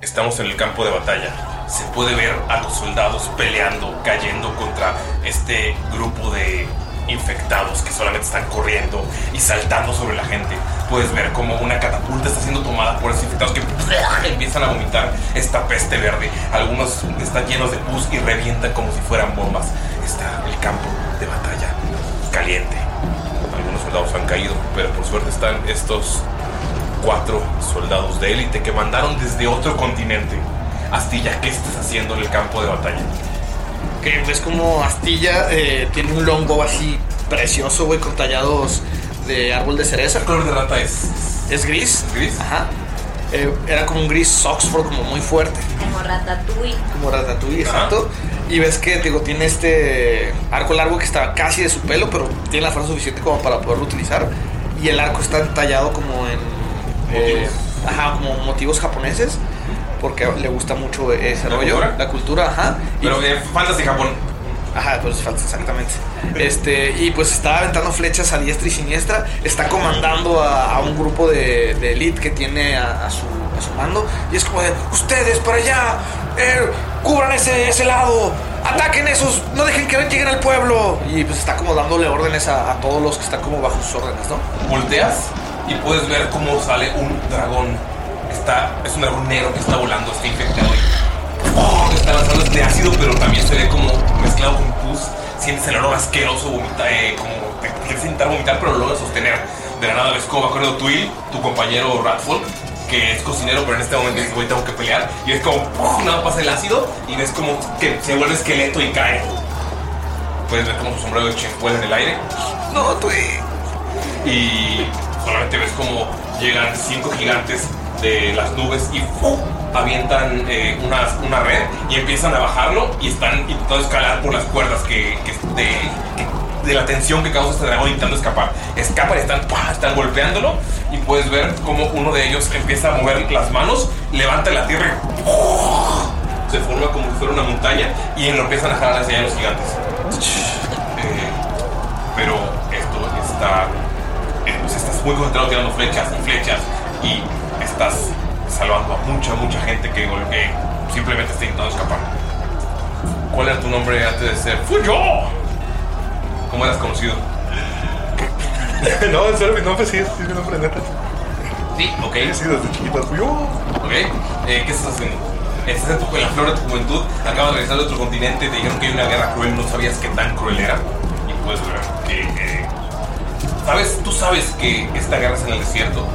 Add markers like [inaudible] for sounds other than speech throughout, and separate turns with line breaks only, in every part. Estamos en el campo de batalla. Se puede ver a los soldados peleando, cayendo contra este grupo de infectados que solamente están corriendo y saltando sobre la gente. Puedes ver como una catapulta está siendo tomada por esos infectados que [laughs] empiezan a vomitar esta peste verde. Algunos están llenos de pus y revientan como si fueran bombas. Está el campo de batalla caliente. Algunos soldados han caído, pero por suerte están estos cuatro soldados de élite que mandaron desde otro continente. Astilla, ¿qué estás haciendo en el campo de batalla?
Que ves como Astilla eh, tiene un longo así precioso, güey, con tallados de árbol de cereza. ¿Qué
color de rata es?
¿Es gris?
¿Gris?
Ajá. Eh, era como un gris Oxford, como muy fuerte.
Como ratatouille.
Como ratatouille, exacto. Y ves que, digo, tiene este arco largo que está casi de su pelo, pero tiene la fuerza suficiente como para poderlo utilizar. Y el arco está tallado como en eh, ajá, como motivos japoneses, porque le gusta mucho ese
¿La
rollo,
cultura?
la cultura, ajá. y-
Pero eh, fantasy Japón.
Ajá, pues falta exactamente. Este, y pues está aventando flechas a diestra y siniestra. Está comandando a, a un grupo de, de elite que tiene a, a su, a su mando. Y es como de: Ustedes para allá, eh, cubran ese, ese lado, ataquen esos, no dejen que lleguen al pueblo. Y pues está como dándole órdenes a, a todos los que están como bajo sus órdenes, ¿no?
Volteas y puedes ver cómo sale un dragón. Está, es un dragón negro que está volando, está infectado y ¡pum! está lanzando este ácido, pero también se ve como mezclado con pus. Sientes el olor asqueroso, vomita, eh, como te quieres intentar vomitar, pero lo logras sostener. De la nada ves como va corriendo Twill, tu compañero Ratfolk, que es cocinero, pero en este momento dice, güey, tengo que pelear. Y es como, ¡pum! nada pasa el ácido y ves como que se vuelve esqueleto y cae. Puedes ver como su sombrero de chef vuela en el aire
No, Twill.
y solamente ves como llegan cinco gigantes de las nubes y ¡fu! avientan eh, unas- una, red y empiezan a bajarlo y están intentando escalar por las cuerdas que, que- de, que- de la tensión que causa este dragón intentando escapar. Escapan y están, ¡pua! están golpeándolo y puedes ver como uno de ellos empieza a mover las manos, levanta la tierra y ¡fu! se forma como si fuera una montaña y lo empiezan a jalar hacia allá los gigantes. Eh, pero esto está. eh, pues estás muy concentrado tirando flechas y flechas y estás salvando a mucha, mucha gente que, gol- que simplemente está intentando escapar. ¿Cuál era tu nombre antes de ser? ¡Fui yo! ¿Cómo eras conocido?
[laughs] no, en serio, mi nombre sí es, sí es mi nombre neta.
Sí, ok.
Sí, desde chiquito. Yo,
Ok. eh, ¿Qué estás haciendo? estás en, tu- en la flor de tu juventud, acabas de regresar de otro continente, te dijeron que hay una guerra cruel, no sabías qué tan cruel era. Y puedes ver que. eh, ¿Sabes? Tú sabes que esta guerra es en el desierto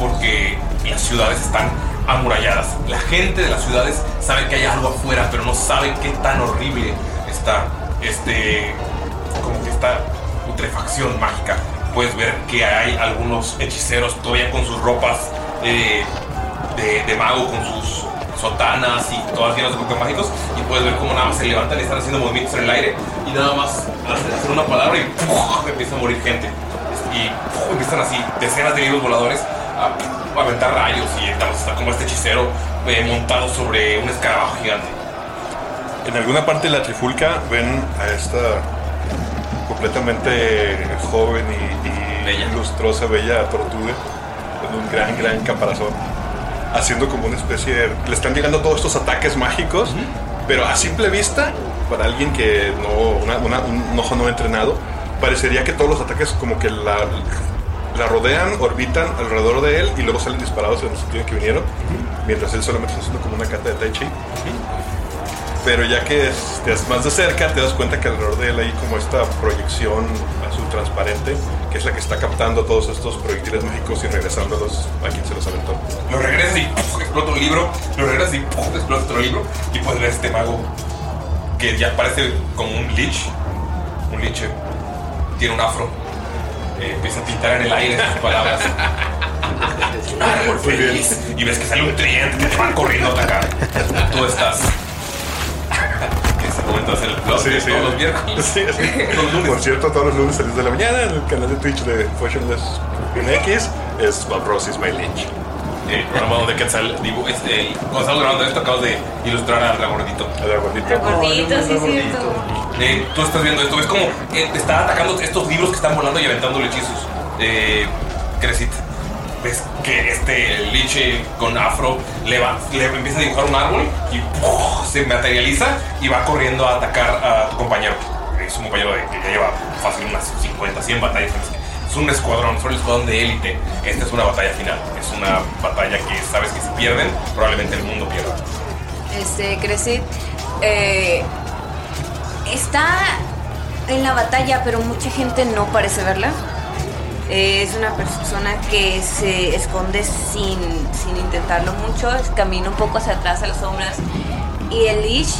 porque las ciudades están amuralladas. La gente de las ciudades sabe que hay algo afuera, pero no sabe qué tan horrible está este como que esta putrefacción mágica. Puedes ver que hay algunos hechiceros todavía con sus ropas eh, de, de mago, con sus sotanas y todas llenas de trucos mágicos. Y puedes ver cómo nada más se levantan y están haciendo movimientos en el aire. Y nada más hacen hacen una palabra y ¡puf! empieza a morir gente. Y ¡puf! empiezan así decenas de libros voladores a, a aventar rayos. Y estamos está como este hechicero eh, montado sobre un escarabajo gigante.
En alguna parte de la trifulca ven a esta completamente joven y, y lustrosa, bella tortuga con un gran, gran caparazón, haciendo como una especie de... Le están llegando todos estos ataques mágicos, pero a simple vista, para alguien que no, una- una- un ojo no entrenado, parecería que todos los ataques como que la, la rodean, orbitan alrededor de él y luego salen disparados en el sentido en que vinieron, mientras él solamente está haciendo como una cata de Tai Chi. Pero ya que es- te das más de cerca, te das cuenta que alrededor de él hay como esta proyección azul transparente, que es la que está captando todos estos proyectiles mágicos y regresándolos a quien se los aventó.
Lo regresas y ¡puf! explota un libro, lo regresas y ¡puf! explota otro libro y puedes ver este mago que ya parece como un lich, un lich, eh, tiene un afro, eh, empieza a pintar en el aire sus
[laughs]
palabras. Un árbol feliz. y ves que sale un tridente que te van corriendo a atacar. Tú estás. [laughs] Ese momento hacer el plot de todos los miércoles. [laughs]
Por cierto, todos los lunes a las 10 de la mañana en el canal de Twitch de Fashionless X es Bob Ross is My Lynch.
El programa donde Quetzal, digo, este, cuando estamos grabando esto, acabas de ilustrar al dragordito.
Al dragordito.
Oh, Gordito, sí, es cierto.
Eh, tú estás viendo esto, ves como eh, te están atacando estos libros que están volando y aventando hechizos. Eh, Crecit, ves que este liche con afro le, va, le empieza a dibujar un árbol y ¡puf! se materializa y va corriendo a atacar a tu compañero. Es un compañero de- que ya lleva fácil unas 50, 100 batallas. Es un escuadrón, son el escuadrón de élite. Esta es una batalla final. Es una batalla que sabes que si pierden, probablemente el mundo pierda.
Este, Crescid eh, está en la batalla, pero mucha gente no parece verla. Eh, es una persona que se esconde sin, sin intentarlo mucho, es- camina un poco hacia atrás a las sombras. Y el Lich,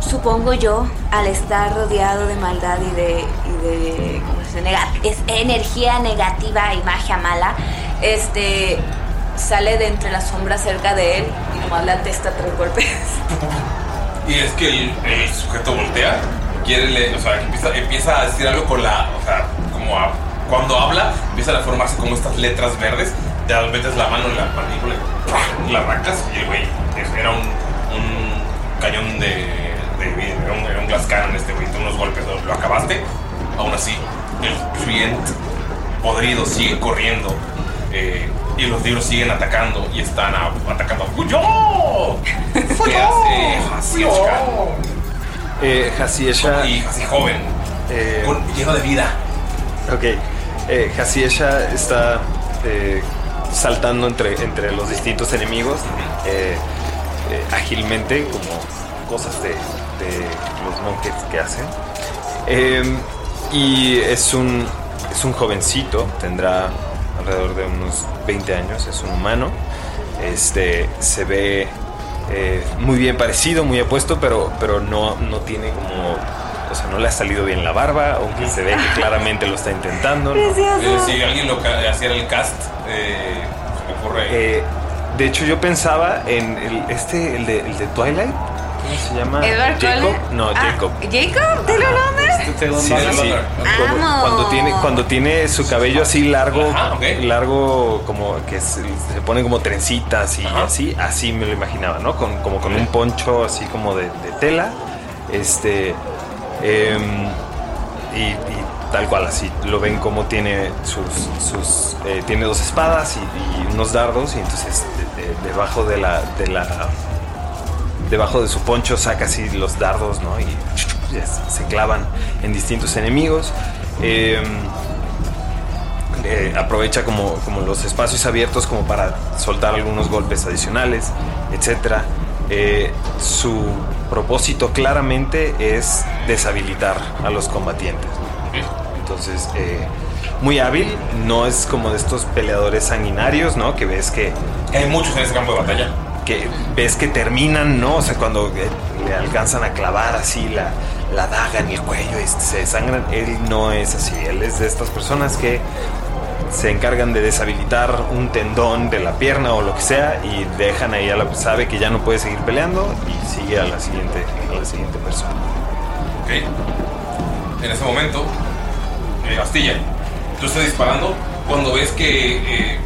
supongo yo, al estar rodeado de maldad y de, y de- ¿cómo se dice? Nega- es energía negativa y magia mala, este sale de entre las sombras cerca de él y nomás le atesta tres golpes.
Y es que el, el sujeto voltea, quiere, le- o sea, que empieza, empieza a decir algo con la, o sea, como a- cuando habla, empiezan a formarse como estas letras verdes, te das- metes la mano en la partícula y ¡pah! la arrancas y el güey es- era un, un cañón de, de vidrio, era un, era un glass cannon este güey, tiene unos golpes, lo, lo acabaste, aún así, el cliente podrido sigue corriendo eh, y los libros siguen atacando y están a- atacando a ¡Yo! ¿Qué hace Hasieshka?
Eh, Hasiesha. Y
así joven. lleno de vida.
Ok. Eh, Hasiesha está eh, saltando entre, entre los distintos enemigos eh, eh, ágilmente, como cosas de, de los monjes que hacen. Eh, y es un, es un jovencito, tendrá alrededor de unos 20 años, es un humano. Este, se ve eh, muy bien parecido, muy apuesto, pero, pero no, no tiene como... O sea, no le ha salido bien la barba, aunque se ve
[laughs]
que claramente lo está intentando. ¿no?
Eh, si alguien lo ca- hiciera el cast, eh, se me ocurre.
Eh, de hecho, yo pensaba en el, este, el de, el de Twilight. ¿Cómo se llama?
Edward
Ah, Jacob.
Cullen?
No,
Ah,
Jacob.
Jacob, Taylor Lautner.
Sí, sí, sí. Cuando,
Amo.
cuando tiene cuando tiene su cabello así largo, largo como que se, se pone como trencitas y así, así me lo imaginaba, ¿no? Con, como con un poncho así como de, de tela, este em, y, y tal cual así lo ven como tiene sus, sus eh, tiene dos espadas y, y unos dardos y entonces de- de- debajo de la de la debajo de su poncho saca así los dardos, ¿no? Y ya se- se clavan en distintos enemigos. Eh, eh, aprovecha como, como los espacios abiertos como para soltar algunos golpes adicionales, etc. Eh, su propósito claramente es deshabilitar a los combatientes. Entonces, eh, muy hábil, no es como de estos peleadores sanguinarios, ¿no? Que ves que...
hay muchos en ese campo de batalla.
Que ves que terminan, ¿no? O sea, cuando eh, le alcanzan a clavar así la, la daga en el cuello y se desangran. Él no es así, él es de estas personas que se encargan de deshabilitar un tendón de la pierna o lo que sea y dejan ahí a la sabe que ya no puede seguir peleando y sigue a la siguiente a la siguiente persona.
Ok. En ese momento, eh, Bastilla, tú estás disparando cuando ves que eh,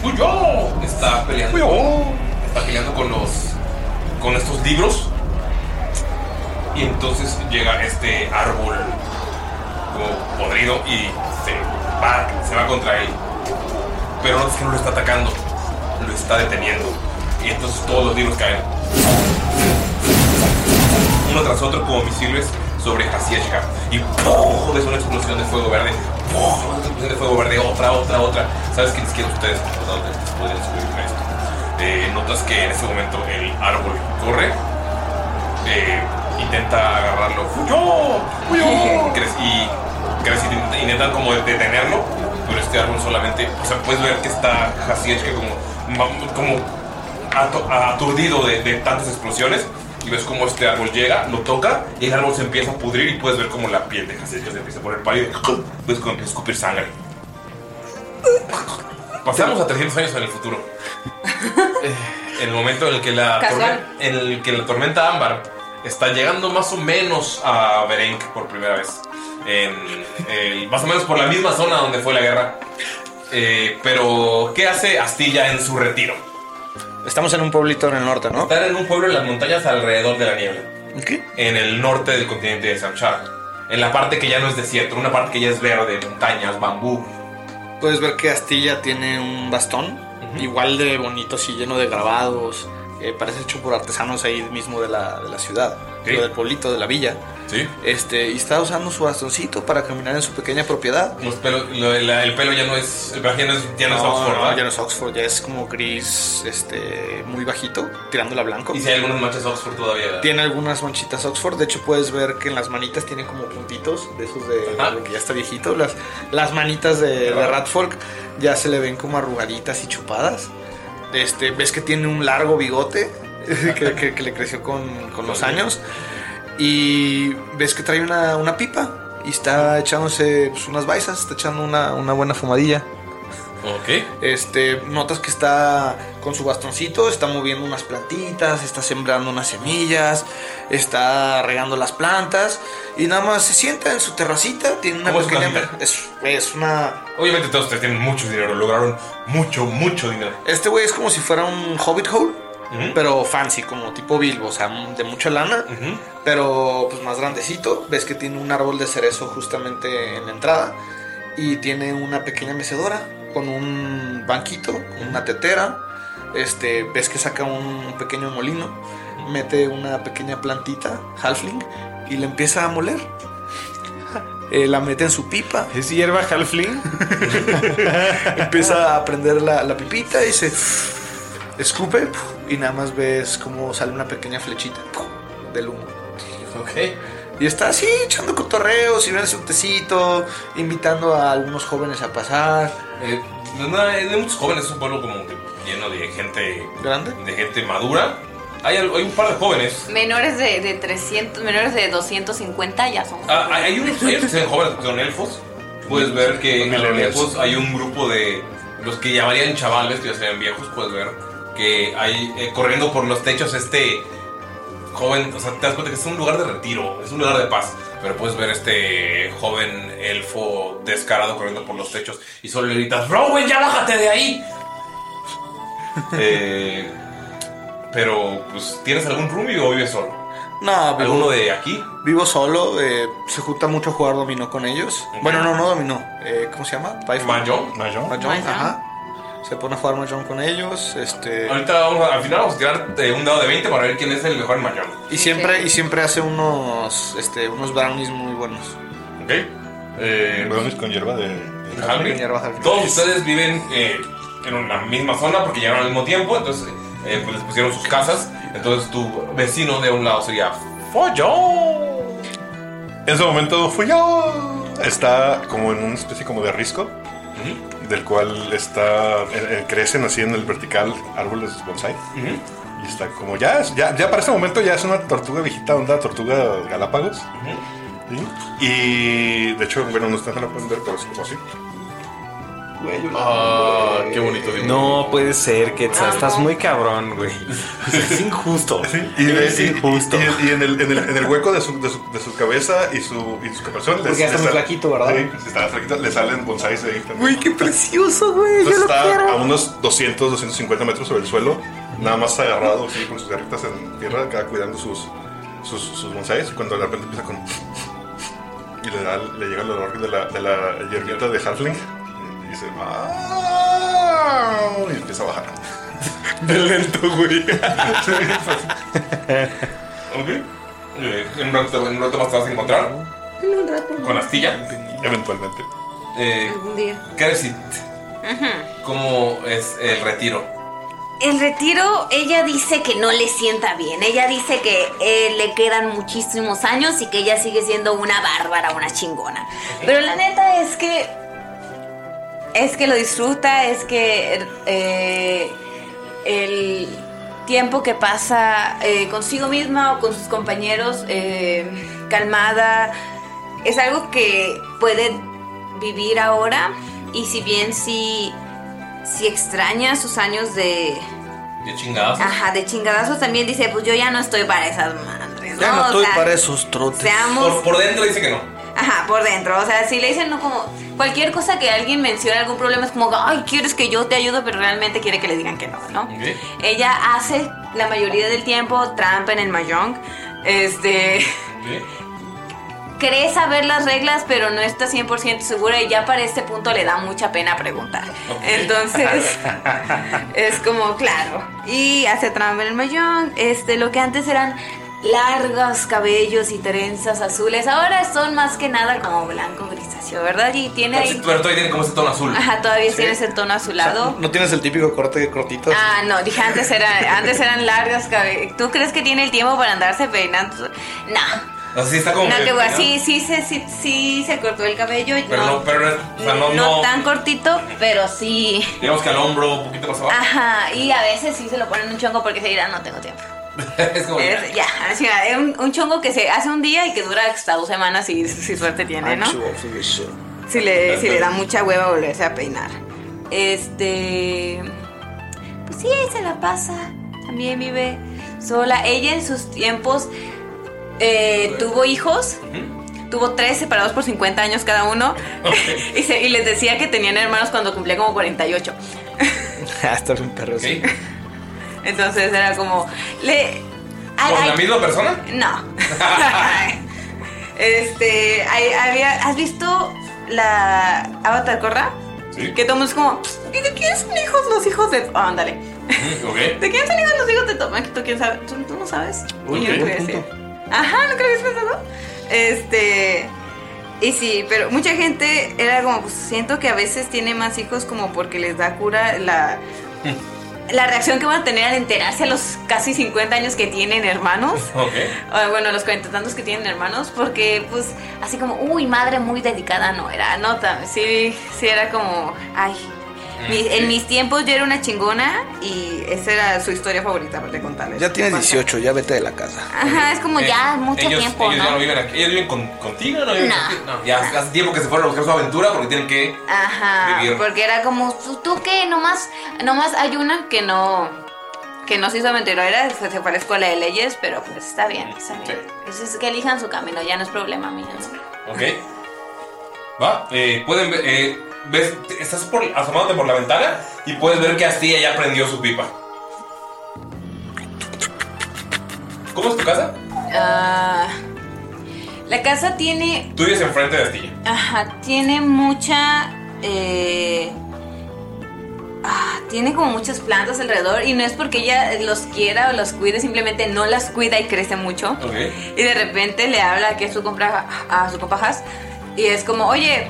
¡Fuyo! está peleando. Está peleando con los. con estos libros. Y entonces llega este árbol como podrido y se va, se va contra él. Pero no es que no lo está atacando, lo está deteniendo. Y entonces todos los libros caen. Uno tras otro como misiles sobre Hasieshka. Y ¡pum! ves una explosión de fuego verde. ¡Pum! Una explosión de fuego verde, otra, otra, otra. ¿Sabes que ni siquiera ustedes no saben que podrían sobrevivir a esto? Eh, notas que en ese momento el árbol corre. eh, intenta agarrarlo. ¡Fuyo! ¡Fuyo! Cres- y Cres intenta- intenta como detenerlo, pero este árbol solamente, o sea, puedes ver que está Hasieshka como, ma- como ato- aturdido de, de tantas explosiones. Y ves cómo este árbol llega, lo toca, y el árbol se empieza a pudrir y puedes ver cómo la piel de Hasieshka se empieza a poner pálida. Ves cómo empieza a escupir sangre. Pasamos a 300 años en el futuro. En el momento en el que la,
Casual.
tormen- en el que la tormenta ámbar está llegando más o menos a Berenk por primera vez. En- en- más o menos por la misma zona donde fue la guerra. Eh, pero, ¿qué hace Astilla en su retiro?
Estamos en un pueblito en el norte, ¿no?
Están en un pueblo en las montañas alrededor de la niebla. En el norte del continente de Samchar. En la parte que ya no es desierto, una parte que ya es verde, montañas, bambú.
Puedes ver que Astilla tiene un bastón, igual de bonito, así lleno de grabados. eh, parece hecho por artesanos ahí mismo de la, de la ciudad, digo, del pueblito, de la villa.
Sí.
Este, y está usando su bastoncito para caminar en su pequeña propiedad.
Los pelo- lo- la- el pelo ya no es. El pelaje ya no es, ya no es Oxford, ¿verdad?
ya no es Oxford, ya es como gris, este, muy bajito, tirándole a blanco.
Y si hay algunas manchas Oxford todavía. ¿verdad?
Tiene algunas manchitas Oxford, de hecho puedes ver que en las manitas tiene como puntitos de esos de, de que ya está viejito. Las, las manitas de, de Ratfork ya se le ven como arrugaditas y chupadas. Este, ves que tiene un largo bigote [laughs] que, que- que le creció con, con los años. Y ves que trae una, una pipa y está echándose pues, unas baisas, está echando una, una buena fumadilla.
Ok.
Este, notas que está con su bastoncito, está moviendo unas plantitas, está sembrando unas semillas, está regando las plantas y nada más se sienta en su terracita, tiene una
¿Cómo es
pequeña
una cita?
es, es una
Obviamente todos ustedes tienen mucho dinero, lograron mucho, mucho dinero.
Este güey es como si fuera un hobbit hole, pero fancy, como tipo Bilbo, o sea, de mucha lana, pero pues más grandecito. Ves que tiene un árbol de cerezo justamente en la entrada y tiene una pequeña mecedora con un banquito, con una tetera. Este, ves que saca un pequeño molino, mete una pequeña plantita, halfling, y le empieza a moler. Eh, la mete en su pipa.
¿Es hierba halfling?
Empieza a prender la, la pipita y se escupe puf, y nada más ves cómo sale una pequeña flechita puf, del humo. Y está así echando cotorreos y ves un tecito, invitando a algunos jóvenes a pasar.
Eh, no es nada, es de muchos jóvenes, es un pueblo como que lleno de gente.
¿Grande?
De gente madura. Hay, al- hay un par de jóvenes.
Menores de, de 300, menores de 250 ya son.
Ah, hay- hay unos hay unos que se ven jóvenes que son elfos. Puedes ver que en los lejos hay un grupo de. Los que llamarían chavales, que ya serían viejos, puedes ver que hay eh, corriendo por los techos este joven. O sea, te das cuenta que es un lugar de retiro, es un lugar de paz. Pero puedes ver este joven elfo descarado corriendo por los techos y solo le gritas: ¡Rowen, ya bájate de ahí! Eh, pero, pues, ¿tienes algún roomie o vives solo?
No, vivo-
¿Alguno de aquí?
Vivo solo, eh, se junta mucho a jugar dominó con ellos. Bueno, no, no dominó. eh, ¿Cómo se llama? Python.
Mahjong.
Mahjong,
Mahjong.
ajá. Se pone a jugar Mahjong con ellos. Este...
Ahorita vamos a- al final vamos a tirar eh, un dado de 20 para ver quién es el mejor en Mahjong.
Y siempre, y siempre hace unos, este, unos brownies muy buenos.
¿Ok? Eh, pues,
Brownies con hierba de.
de Halving. Todos ustedes viven eh, en la misma zona porque llegaron al mismo tiempo, entonces eh, pues les pusieron sus casas. Entonces tu vecino de un lado sería Follo.
En ese momento fui yo. Está como en una especie como de risco, del cual está eh, eh, crecen así en el vertical árboles bonsai. Y está como ya, es- ya, ya para ese momento ya es una tortuga viejita, onda tortuga Galápagos. ¿sí? Y de hecho, bueno, no están la pueden ver, pero es como así.
Ah, qué bonito dibujo.
No puede ser, Quetzal. Estás muy cabrón,
[laughs]
güey. Es injusto.
Y, de-
es
y-
injusto.
y- y en, el, en el- en el hueco de su, de su- de su cabeza y su, y su caparazón
Porque ya está muy flaquito, ¿verdad?
Sí, está flaquito, le salen bonsáis de ahí también.
Güey, qué precioso, güey. Yo
Pues,
Entonces
lo
está a
quiero.
unos 200, 250 metros sobre el suelo, nada más agarrado así con sus garritas en tierra, acá cuidando sus, sus, sus bonsáis. Y cuando de repente empieza con. Y le, da, le llega el olor de la, de la hierbita de Halfling. Y dice, ¡Ah! Y empieza a bajar.
[laughs] De lento, güey. Eh, En un rato, en un rato más te vas a encontrar
En un rato.
con Astilla.
Eventualmente.
Eh,
Algún día.
¿Qué decir?
Ajá.
¿Cómo es el retiro?
El retiro, ella dice que no le sienta bien. Ella dice que eh, le quedan muchísimos años y que ella sigue siendo una bárbara, una chingona. Pero la neta es que. Es que lo disfruta, es que. eh, el tiempo que pasa eh, consigo misma o con sus compañeros eh, calmada es algo que puede vivir ahora. Y si bien sí. Si extraña sus años de,
¿Qué chingadas?
Ajá, de chingadazos también dice, pues yo ya no estoy para esas madres, ¿no?
Ya no
O
estoy
sea,
para esos trotes.
seamos- Por-
por dentro dice que no.
Ajá, por dentro. O sea, si le dicen, no, como cualquier cosa que alguien mencione, algún problema, es como, ay, quieres que yo te ayude, pero realmente quiere que le digan que no, ¿no? Ella hace la mayoría del tiempo trampa en el mayong. Este. [laughs] Cree saber las reglas, pero no está 100% segura y ya para este punto le da mucha pena preguntar. Entonces. Es como, claro. Y hace trampa en el mayón. Este, lo que antes eran largos cabellos y trenzas azules, ahora son más que nada como blanco grisáceo, ¿verdad? Y tiene ahí.
Pero todavía tiene como ese tono azul.
Ajá, todavía
Sí.
tiene ese tono azulado.
¿No tienes el típico corte de cortitos?
Ah, no, dije antes, era, antes eran largas cabellos. ¿Tú crees que tiene el tiempo para andarse peinando? No.
Así está como.
No,
que-
que güey,
¿no?
sí, sí, se- sí, sí se cortó el cabello.
Pero
no,
no, pero no- o sea, no,
no
no-
tan cortito, pero sí.
Digamos que al hombro, un poquito más abajo.
Ajá, y a veces sí se lo ponen un chongo porque se dirán, no tengo tiempo.
[laughs] es como.
Es- ya, así, es un, un chongo que se hace un día y que dura hasta dos semanas si, si suerte tiene, ¿no?
[laughs]
Si
[laughs]
le, si le da mucha hueva volverse a peinar. Este. Pues sí, ahí se la pasa. También vive sola. Ella en sus tiempos eh, tuvo hijos. Tuvo tres separados por 50 años
[laughs]
cada uno. [laughs] Y, se- y les decía que tenían hermanos cuando cumplía como 48.
Ah,
Estás un perro, sí.
Entonces era como. Le, ay,
¿Con
ay,
la misma persona? [laughs]
no. este, hay- había, ¿has visto la Avatar Corra?
Sí.
Que todo el mundo es como, ¿y de quién son hijos los hijos de.? Ah, ándale.
Ok.
¿De quién son hijos los hijos de Tomaquito? ¿Quién sabe? ¿Tú, tú no sabes?
Oye,
Yo no
buen
creo que sí. Ajá, ¿no crees pensado? Este. Y sí, pero mucha gente era como, pues siento que a veces tiene más hijos como porque les da
[laughs]
cura la. La reacción que van a tener al enterarse a los casi 50 años que tienen hermanos.
Ok.
Ah, bueno, los cuarenta y tantos que tienen hermanos, porque pues así como, uy, madre muy dedicada no era, no, tam- sí, sí era como, ay, mi-
Este.
en mis tiempos yo era una chingona y esa era su historia favorita para contarles.
Ya tienes 18, ya vete de la casa.
Ajá, es como
Eh,
ya mucho
ellos,
tiempo,
ellos ya
¿no?
no viven aquí. Ellos viven con- contigo, ¿no? Viven
No.
contigo. No, Ya hace- hace tiempo que se fueron a buscar su aventura porque tienen que.
Ajá,
Vivieron.
porque era como, "¿Tú- tú que nomás, nomás hay una que no, que no se hizo aventurera, se, se fue a la escuela de leyes, pero pues está bien, está bien. Eso es que elijan su camino, ya no es problema mío. ¿no?
Ok. Va. eh, pueden ver. eh, ves, te- estás por, asomándote por la ventana y puedes ver que Astilla ya prendió su pipa. ¿Cómo es tu casa?
Ah, la casa tiene
Tú vives enfrente de Astilla.
Ajá, tiene mucha. eh, ah, tiene como muchas plantas alrededor y no es porque ella los quiera o los cuide, simplemente no las cuida y crece mucho.
Ok.
Y de repente le habla que es su compra a su compra Haas, y es como, oye,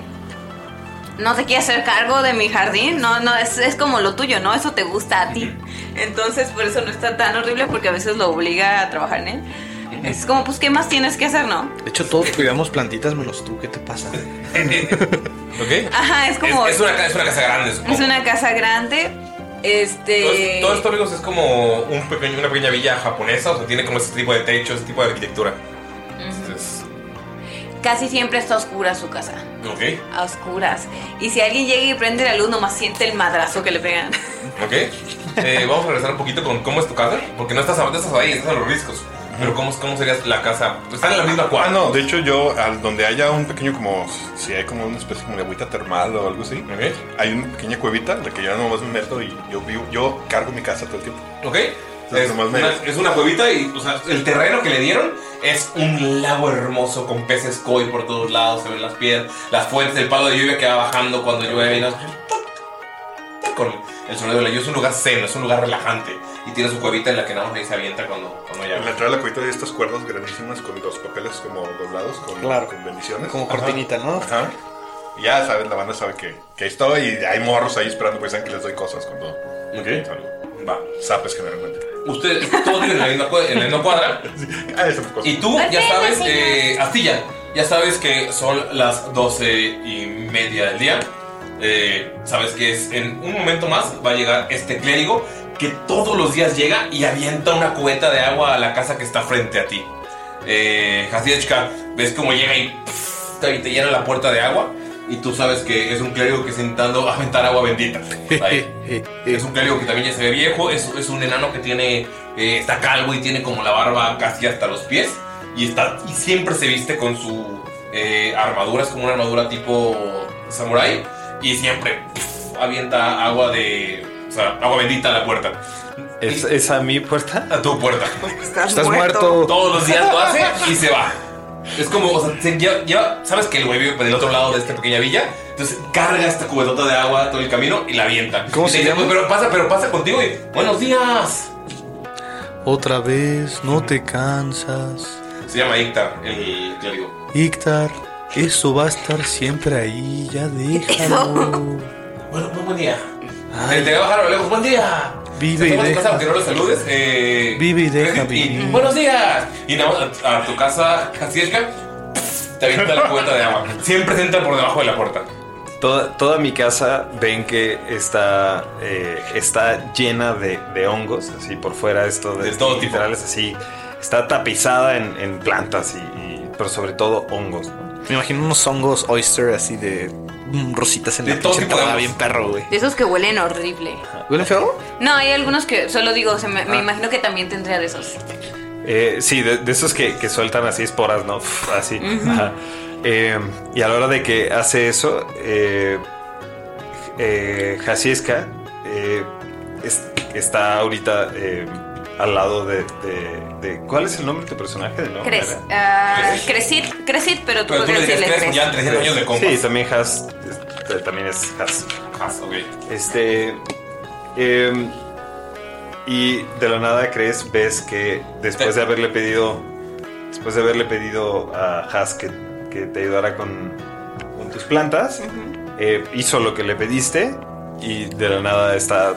no te quieres hacer cargo de mi jardín, no, no, es, es como lo tuyo, ¿no? Eso te gusta a ti. Entonces, por eso no está tan horrible porque a veces lo obliga a trabajar en él. Es como, pues, ¿qué más tienes que hacer, no?
De hecho, todos cuidamos plantitas menos tú. ¿Qué te pasa?
¿Ok?
Ajá, Ah, es como.
Es, es una, ca- es una casa grande. supongo.
es una casa grande. Este.
Todo esto, amigos, es como un pequeño- una pequeña villa japonesa. O sea, tiene como ese tipo de techo, ese tipo de arquitectura. Entonces,
Casi siempre está oscura su casa.
ok,
A oscuras. Y si alguien llega y prende la luz, nomás siente el madrazo que le pegan.
ok. Eh, vamos a regresar un poquito con cómo es tu casa. Porque no estás, no estás ahí, estás a los riscos. Pero cómo, cómo sería la casa. Están en la misma cuadra.
Ah, no, de hecho yo, al donde haya un pequeño como, si hay como una especie como de agüita termal o algo así, hay una pequeña cuevita en la que yo nomás me meto y yo vivo, yo cargo mi casa todo el tiempo.
¿Ok? Es una, es una cuevita y o sea, el terreno que le dieron es un lago hermoso con peces koi por todos lados, se ven las piedras, las fuentes, el palo de lluvia que va bajando cuando llueve y no- con el sonido de la lluvia. Es un lugar zen, es un lugar relajante y tiene su cuevita en la que nada más ahí se avienta cuando, cuando
En
llama.
la entrada de la cuevita hay estas cuerdas grandísimas con los papeles como doblados, con, con bendiciones.
Como
Ajá.
cortinita, ¿no?
Ajá. Y ya sabes, la banda sabe que, que ahí estoy y hay morros ahí esperando, pues saben que les doy cosas cuando
Ok.
salgo. Va. Sapes generalmente.
Ustedes todos viven en la misma cua- en la misma cuadra.
Ah,
Y tú ya sabes, eh, Astilla, ya sabes que son las doce y media del día. Eh, sabes que es en un momento más va a llegar este clérigo que todos los días llega y avienta una cubeta de agua a la casa que está frente a ti. Eh, Hasiechka, ves cómo llega y, pff, te- y te llena la puerta de agua. Y tú sabes que es un clérigo que está intentando aventar agua bendita. Ahí. Eh, Es un clérigo que también ya se ve viejo, es, es un enano que tiene, eh, está calvo y tiene como la barba casi hasta los pies. Y, está, y siempre se viste con su eh, armadura, es como una armadura tipo samurai. Y siempre pf, avienta agua de... O sea, agua bendita a la puerta.
¿Es, es a mi puerta?
A tu puerta.
[laughs] Estás Estás muerto. muerto.
Todos los días lo [laughs] hace y se va. Es como, o sea, se- ya, ya- sabes que el güey vive del otro lado de esta pequeña villa. Entonces carga esta cubetota de agua todo el camino y la avienta.
¿Cómo
Y
se
te dice,
llama?
Pero pasa, pero pasa contigo y buenos días.
Otra vez, no te cansas.
Se llama Ictar, el clérigo.
Ictar, eso va a estar siempre ahí, ya déjalo.
Bueno, muy buen día. Te- Te voy a bajar a lo lejos. Buen día.
Vive y
Te vas a tu
deja.
casa, aunque no lo saludes. eh,
Vive y
[laughs]
deja
y-
vivir.
buenos días. Y nada más a, a tu casa, Hasielka, te avienta la cubeta de agua. Siempre se entra por debajo de la puerta.
Toda, toda mi casa ven que está, eh, está llena de, de hongos, así por fuera esto de, todo así. Está tapizada en, en plantas, y, y- pero sobre todo hongos. ¿no?
Me imagino unos hongos oyster así de mm, rositas en la
todo
pinche
tipo de
entrada,
hongos.
bien perro, güey.
De esos que huelen horrible.
¿Huele feo?
No, hay algunos que solo digo, se me, me
Ah.
imagino que también tendría de esos.
Eh, sí, de, de esos que, que sueltan así esporas, ¿no? Uf, Así.
Ujú.
Ajá. Eh, y a la hora de que hace eso, eh, eh, Jasieska, eh, es- está ahorita eh, al lado de, de- de- ¿Cuál es el nombre de tu personaje? De nuevo?
Cres.
Mara?
ah, Crecid, Crecid, pero tú podrías decirle Cres.
Sí, también Has. este, También es Has.
Has, ok.
Este. em, y de la nada crees, ves que después de haberle pedido. Después de haberle pedido a Has que, que te ayudara con, con tus plantas, eh, hizo lo que le pediste y de la nada está.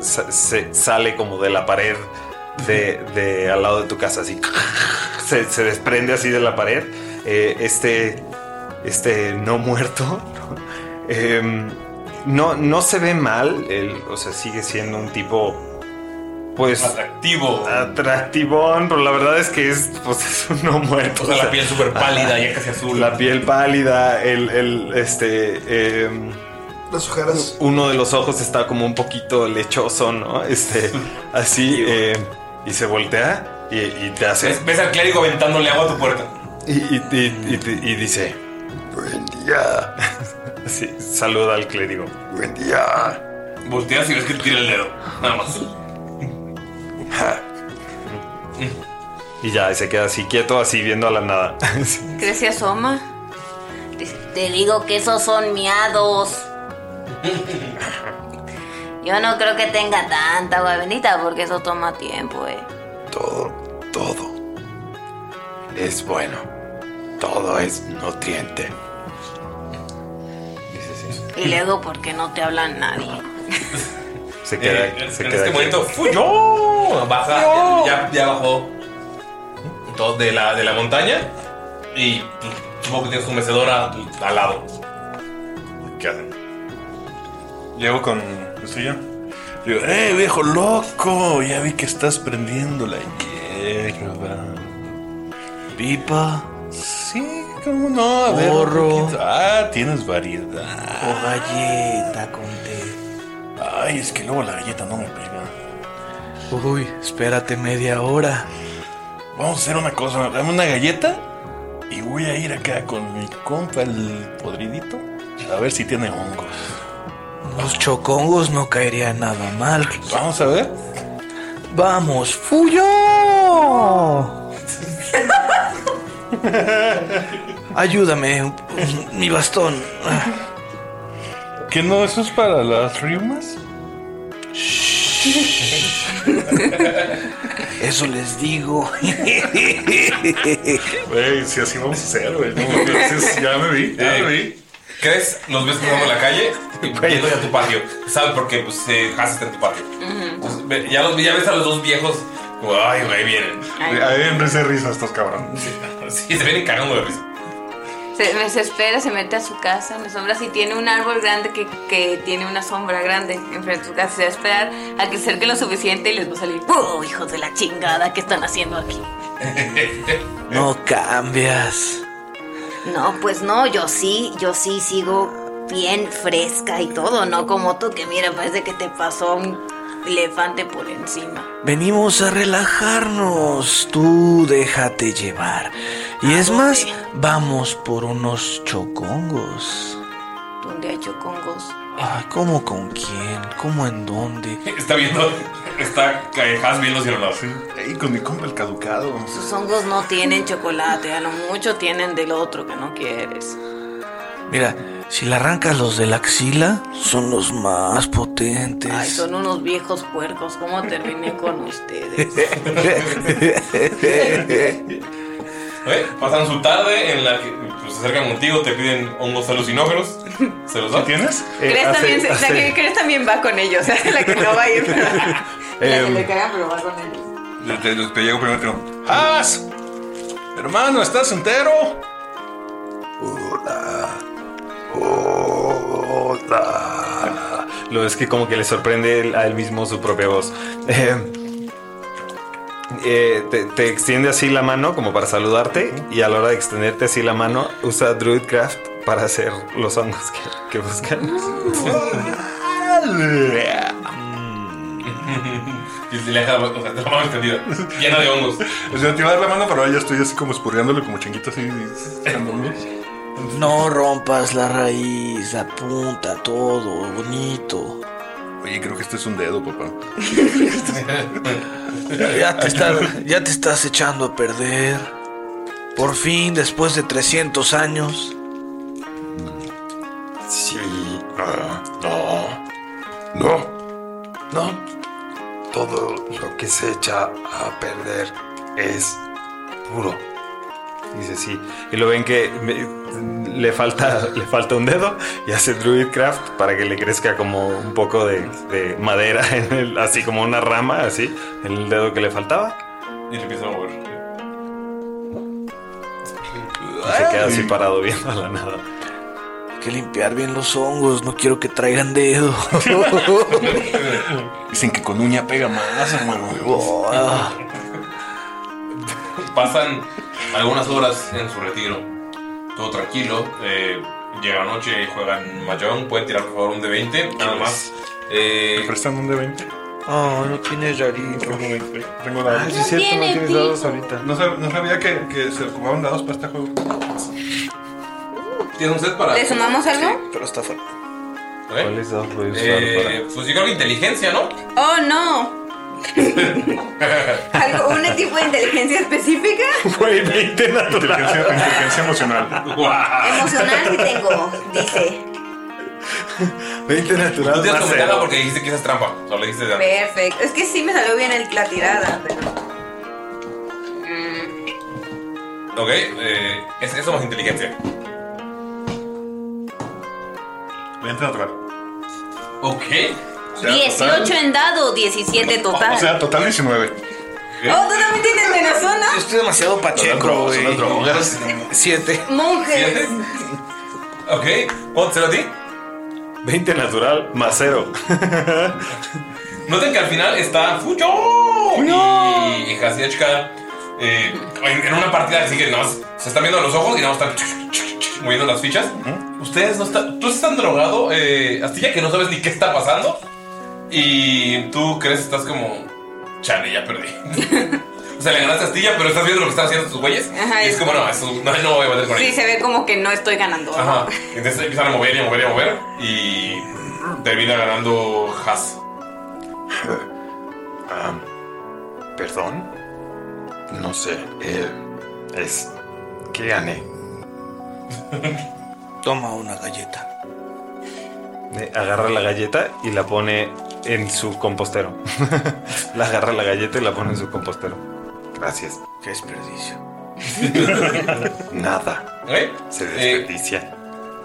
sa- se- sale como de la pared de, de al lado de tu casa, así. [laughs] Se, se desprende así de la pared. eh, este. Este no muerto. [laughs] Em, no, no se ve mal, él, o sea, sigue siendo un tipo, pues...
Atractivo.
Atractivón, pero la verdad es que es, pues, [laughs] es un no muerto.
O sea, la piel súper pálida, ya casi azul.
La piel pálida, el, el, este... em,
Las ojeras.
uno de los ojos está como un poquito lechoso,
[laughs]
¿no? Este, así, eh, y se voltea y, y te hace...
¿Ves, ves al clérigo aventándole agua a tu puerta.
Y, y- y- y te- y dice: Buen día. [laughs] Sí, saluda al clérigo. Buen día.
Volteas y ves que te tira el dedo. Nada más. Eh,
Y ya, y se queda así quieto, así viendo a la nada. [laughs] Sí.
Cres se asoma. Dice, Te digo que esos
[laughs]
son miados. Yo no creo que tenga tanta agua bendita porque eso toma tiempo, eh.
Todo, todo es bueno. Todo es nutriente.
Y luego, ¿por qué no te habla nadie?
Se queda,
en
se
en
queda
este
aquí.
momento, ¡fui! ¡No! Baja,
¡No!
Ya, ya bajó todo de la, de la montaña y pues, supongo que tiene su mecedora al lado.
¿Qué hacen? Llego con el suyo. Le digo, ¡eh, viejo loco! Ya vi que estás prendiendo la hierba. ¿Pipa? Sí, cómo no. A ver, un poquito. Ah, tienes variedad. O galleta con Ay, es que luego la galleta no me pega.
Uy, espérate media hora.
Vamos a hacer una cosa, dame una galleta y voy a ir acá con mi compa el podridito a ver si tiene hongos.
Los chocongos no caería nada mal.
Vamos a ver.
Vamos, Fuyo. [laughs] Ayúdame, mi bastón.
¿Qué no? ¿Eso es para las rimas?
Eso les digo.
Güey, si así vamos a hacer, güey. no mames, ya me vi, ya me vi.
¿Crees? Los ves cruzando la
[laughs]
calle y yendo a tu patio. ¿Sabes por qué? Pues eh, Has está en tu patio. Entonces, ve- ya, los, ya ves a los dos viejos. como, Ay, güey, vienen.
A mí me empieza a risa estos cabrones.
[laughs] Sí, se vienen cagando de risa.
Se me desespera, se mete a su casa, me sombra si tiene un árbol grande que, que tiene una sombra grande enfrente de su casa. Se va a esperar a que se acerque lo suficiente y les va a salir, ¡Oh, hijos de la chingada! ¿Qué están haciendo aquí?
No cambias.
No, pues no, yo sí, yo sí sigo bien fresca y todo, no como tú que mira, parece que te pasó un elefante por encima.
Venimos a relajarnos. Tú déjate llevar. Y es más, vamos por unos chocongos.
¿Dónde hay chocongos?
Ay, ¿cómo con quién? ¿Cómo en dónde?
Está viendo, está eh, Has viendo hacia los
Y con mi compa el caducado.
Sus hongos no tienen chocolate, a lo mucho tienen del otro que no quieres.
Mira, si le arrancas los de la axila, son los más potentes.
Ay, son unos viejos puercos, ¿cómo terminé con ustedes?
¿Eh? Pasan su tarde en la que pues, se acercan contigo, te piden hongos alucinógenos. ¿Se los da?
Eh,
¿Tienes?
Eh,
Cres también, se- la que Cres también va con ellos, [laughs] es la que no va a ir, pero la que le cagan, pero va con ellos.
Te, te- te llego primero. te digo, ¡Has! Hermano, ¿estás entero?
Lo es que como que le sorprende él- a él mismo su propia voz. Eh, eh, te, te extiende así la mano como para saludarte y a la hora de extenderte así la mano usa Druidcraft para hacer los hongos que, que buscan.
[laughs] Y se le deja o sea, la mano extendida, llena de hongos.
O sea, te iba a dar la mano, pero ahora ya estoy así como espurreándole como chinguito así. echándome.
No rompas la raíz, apunta todo, bonito.
Oye, creo que este es un dedo, papá.
Ya te, está- ya te estás echando a perder. Por fin, después de 300 años.
Sí.
ah,
No. No. No. Todo lo que se echa a perder
es puro. Dice sí. Y lo ven que me- le falta, [laughs] le falta un dedo y hace Druidcraft para que le crezca como un poco de, de madera, [laughs] en el- así como una rama, así, en el dedo que le faltaba.
Y le empieza a mover.
Y se queda así parado viendo a la nada.
Hay que limpiar bien los hongos, no quiero que traigan [laughs] dedo.
Dicen que con uña pega más, hermano.
[laughs] Pasan algunas horas en su retiro, todo tranquilo. eh, llega noche, juegan Mahjong, pueden tirar por favor un de 20, nada más. Eh,
prestan un de 20?
Oh, no tienes rarito.
Tengo
dados.
Ah, sí es cierto, no
tiene
tienes
pico.
dados ahorita. No, sab- no sabía que, que se ocupaban dados para este juego.
¿Tienes un set para.?
¿Le sumamos algo?
Pero está fuerte.
¿Cuáles dados voy a usar
Eh, pues yo creo que inteligencia, ¿no?
Oh, no. ¿Algo, ¿Un tipo de inteligencia específica?
Güey, 20
Inteligencia, inteligencia emocional.
Emocional que tengo, dice.
20 natural.
No tienes que aumentarla porque dijiste que esa es trampa. O sea, lo dijiste de antes.
Perfecto. Es que sí me salió bien el- la tirada, pero. Mm,
Ok, eh, es eso más inteligencia.
20 natural.
Ok.
18 en dado, 17 total.
O sea, total 19.
Oh, tú también tienes venazona.
Estoy demasiado pacheco, güey. Siete.
Monjes.
Ok, ¿cuánto será a ti?
20 natural más 0.
Noten que al final está Fuyo y, y Hasiechka eh, en, en una partida así que nada más se están viendo a los ojos y nada más están moviendo las fichas. Ustedes no están. Tú estás tan drogado, eh, Astilla, que no sabes ni qué está pasando. Y tú crees estás como. Chale, ya perdí. [laughs] o sea, le ganaste a Astilla, pero estás viendo lo que están haciendo tus güeyes.
Ajá,
y es
es
como,
como-
no, eso, no, no voy a bater con
Sí,
ellos.
se ve como que no estoy ganando.
Ajá. Entonces empiezan a mover y a mover y a mover. Y termina ganando Has.
Am, ¿Perdón? No sé. eh, es. ¿Qué gané?
Toma una galleta.
Eh, Agarra la galleta y la pone en su compostero. [laughs] la agarra la galleta y la pone en su compostero.
Gracias.
[laughs]
Qué desperdicio.
Nada.
¿Ok?
Se
Eh,
desperdicia.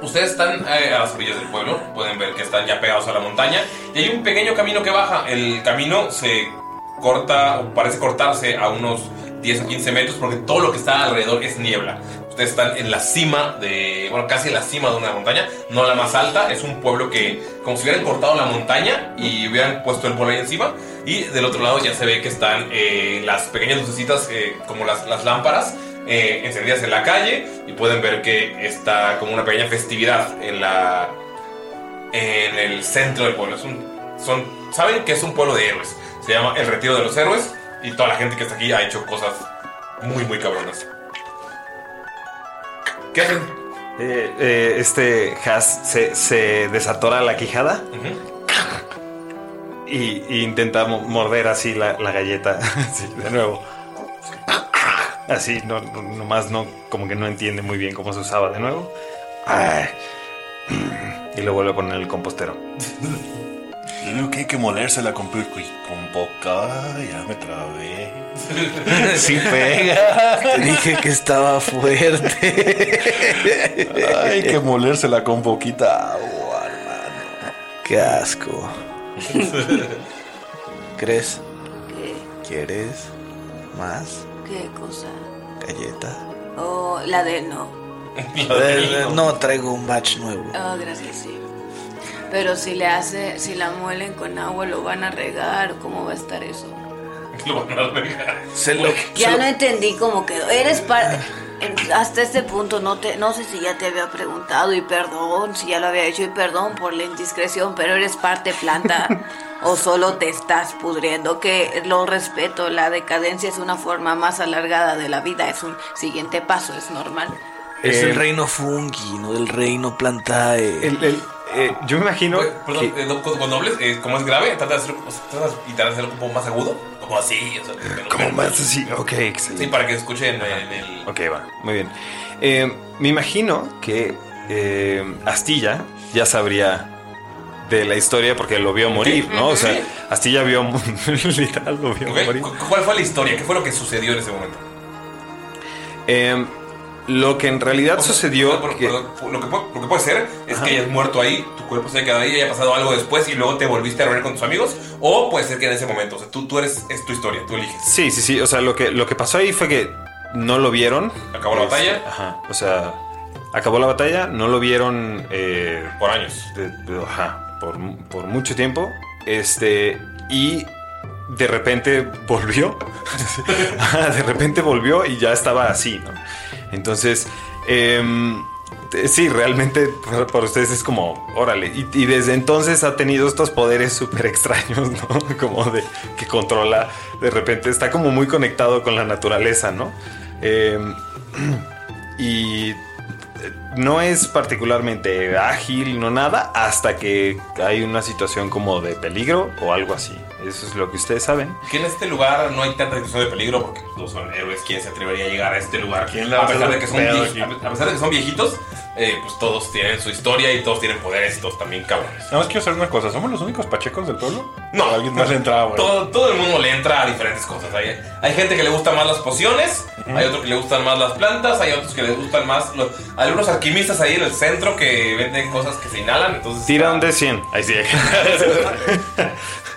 Ustedes están eh, a las orillas del pueblo, pueden ver que están ya pegados a la montaña y hay un pequeño camino que baja. El camino se corta, o parece cortarse a unos 10 o 15 metros porque todo lo que está alrededor es niebla. Ustedes están en la cima de, bueno, casi en la cima de una montaña, no la más alta, es un pueblo que como si hubieran cortado la montaña y hubieran puesto el pueblo ahí encima y del otro lado ya se ve que están eh, las pequeñas lucecitas eh, como las, las lámparas eh, encendidas en la calle y pueden ver que está como una pequeña festividad en la en el centro del pueblo. Es un- son, saben que es un pueblo de héroes. Se llama el retiro de los héroes y toda la gente que está aquí ha hecho cosas muy muy cabronas. ¿Qué hacen? [laughs]
Eh, eh, este Has se, se desatora la quijada y, y intenta mo- morder así la, la galleta. [laughs] así, de nuevo. Así, no, no- nomás no, como que no entiende muy bien cómo se usaba de nuevo. Ah. Y lo vuelve a poner en el compostero.
Yo digo que hay que molérsela con, pu- cu- con boca. Ya me
[laughs]
trabé.
Sí pega. Te dije que estaba fuerte.
Hay que molérsela con poquita agua,
Qué asco. ¿Crees? ¿Quieres más
¿Qué cosa?
galleta?
Oh, la de no.
Eh, no traigo un batch nuevo.
Oh, gracias, sí. Pero si le hace, si la muelen con agua, ¿lo van a regar? ¿Cómo va a estar eso?
Lo van a regar.
Se lo,
Ya no entendí cómo quedó. Eres parte. Hasta este punto no te, no sé si ya te había preguntado y perdón si ya lo había hecho y perdón por la indiscreción, pero eres parte planta o solo te estás pudriendo. Que lo respeto, la decadencia es una forma más alargada de la vida, es un siguiente paso, es normal.
Es
Eh,
el reino fungi, no del reino plantae.
El- el- eh, yo me imagino.
Perdón, eh, no, cuando cuando hables, eh, como es grave, trata de hacer, o sea, trata de intentar hacerlo un poco más agudo, como así, o sea, menos-
Como más así. Ok, excelente.
sí, para que escuchen en el
Ok, va, muy bien. Eh, me imagino que eh, Astilla ya sabría de la historia porque lo vio morir, ¿no? O sea, Astilla vio, [laughs] literal, lo vio
Ok,
morir.
cu- ¿Cuál fue la historia? ¿Qué fue lo que sucedió en ese momento?
Eh, lo que en realidad sucedió... que-
Lo que, pu- lo que puede ser es que hayas muerto ahí, tu cuerpo se haya quedado ahí, haya pasado algo después y luego te volviste a reunir con tus amigos. O puede ser que en ese momento, o sea, tú, tú eres, es tu historia, tú eliges.
Sí, sí, sí. O sea, lo que, lo que pasó ahí fue que no lo vieron.
Acabó la
Este,
batalla.
Ajá. O sea, acabó la batalla, no lo vieron. eh,
por años.
ajá. Por, mu- por mucho tiempo. Este. Y de repente volvió. [laughs] Ajá, de repente volvió y ya estaba así, ¿no? Entonces. em, eh, Sí, realmente para para ustedes es como, órale. Y, y desde entonces ha tenido estos poderes súper extraños, ¿no? [laughs] Como de que controla, de repente está como muy conectado con la naturaleza, ¿no? Eh, [clears throat] y eh, no es particularmente ágil, no nada, hasta que hay una situación como de peligro o algo así. Eso es lo que ustedes saben.
Que en este lugar no hay tanta situación de peligro porque no son héroes. ¿Quién se atrevería a llegar a este lugar?
¿Quién la va
a,
a
pesar
hacer
de que son
pedo
vie-
aquí?
a pesar de que son viejitos, eh, pues todos tienen su historia y todos tienen poderes y todos también cabrones.
Nada más quiero saber una cosa. ¿Somos los únicos pachecos del pueblo?
No.
¿O alguien más le entraba, güey?
Todo, todo el mundo le entra a diferentes cosas. Hay, hay gente que le gustan más las pociones,
Ujú.
hay otros que le gustan más las plantas, hay otros que les gustan más los, algunos alquimistas ahí en el centro que venden cosas que se inhalan. Entonces
Tira un de 100.
[laughs]
Ahí sí.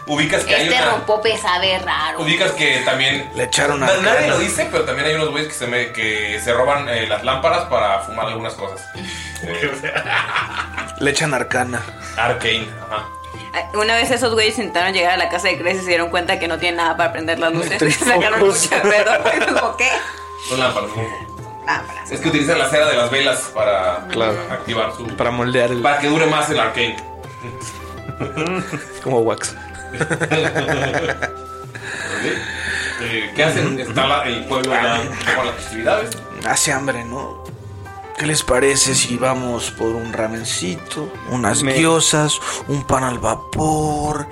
ubicas que hay
Este
una,
rompope sabe raro.
ubicas que también le echaron
a
nadie
cara.
lo dice, pero también hay unos güeyes que se me- que se roban eh, las lámparas para fumar
[laughs]
algunas cosas. Eh,
Le echan arcana.
Arcane, ajá.
Ah, Una vez esos güeyes intentaron llegar a la casa de Cres y se dieron cuenta que no tienen nada para prender las luces.
[laughs]
[laughs]
Tres
Sacaron
focos.
mucho pedo. ¿Cómo qué? Ah,
Son lámparas. Es que utilizan la cera de las velas para activar su
Para moldear el.
para que dure más el arcane.
Como wax.
Eh, ¿Qué hacen? Está la- el pueblo ya con las festividades.
Hace hambre, ¿no? ¿Qué les parece si vamos por un ramencito, unas guiosas, un pan al vapor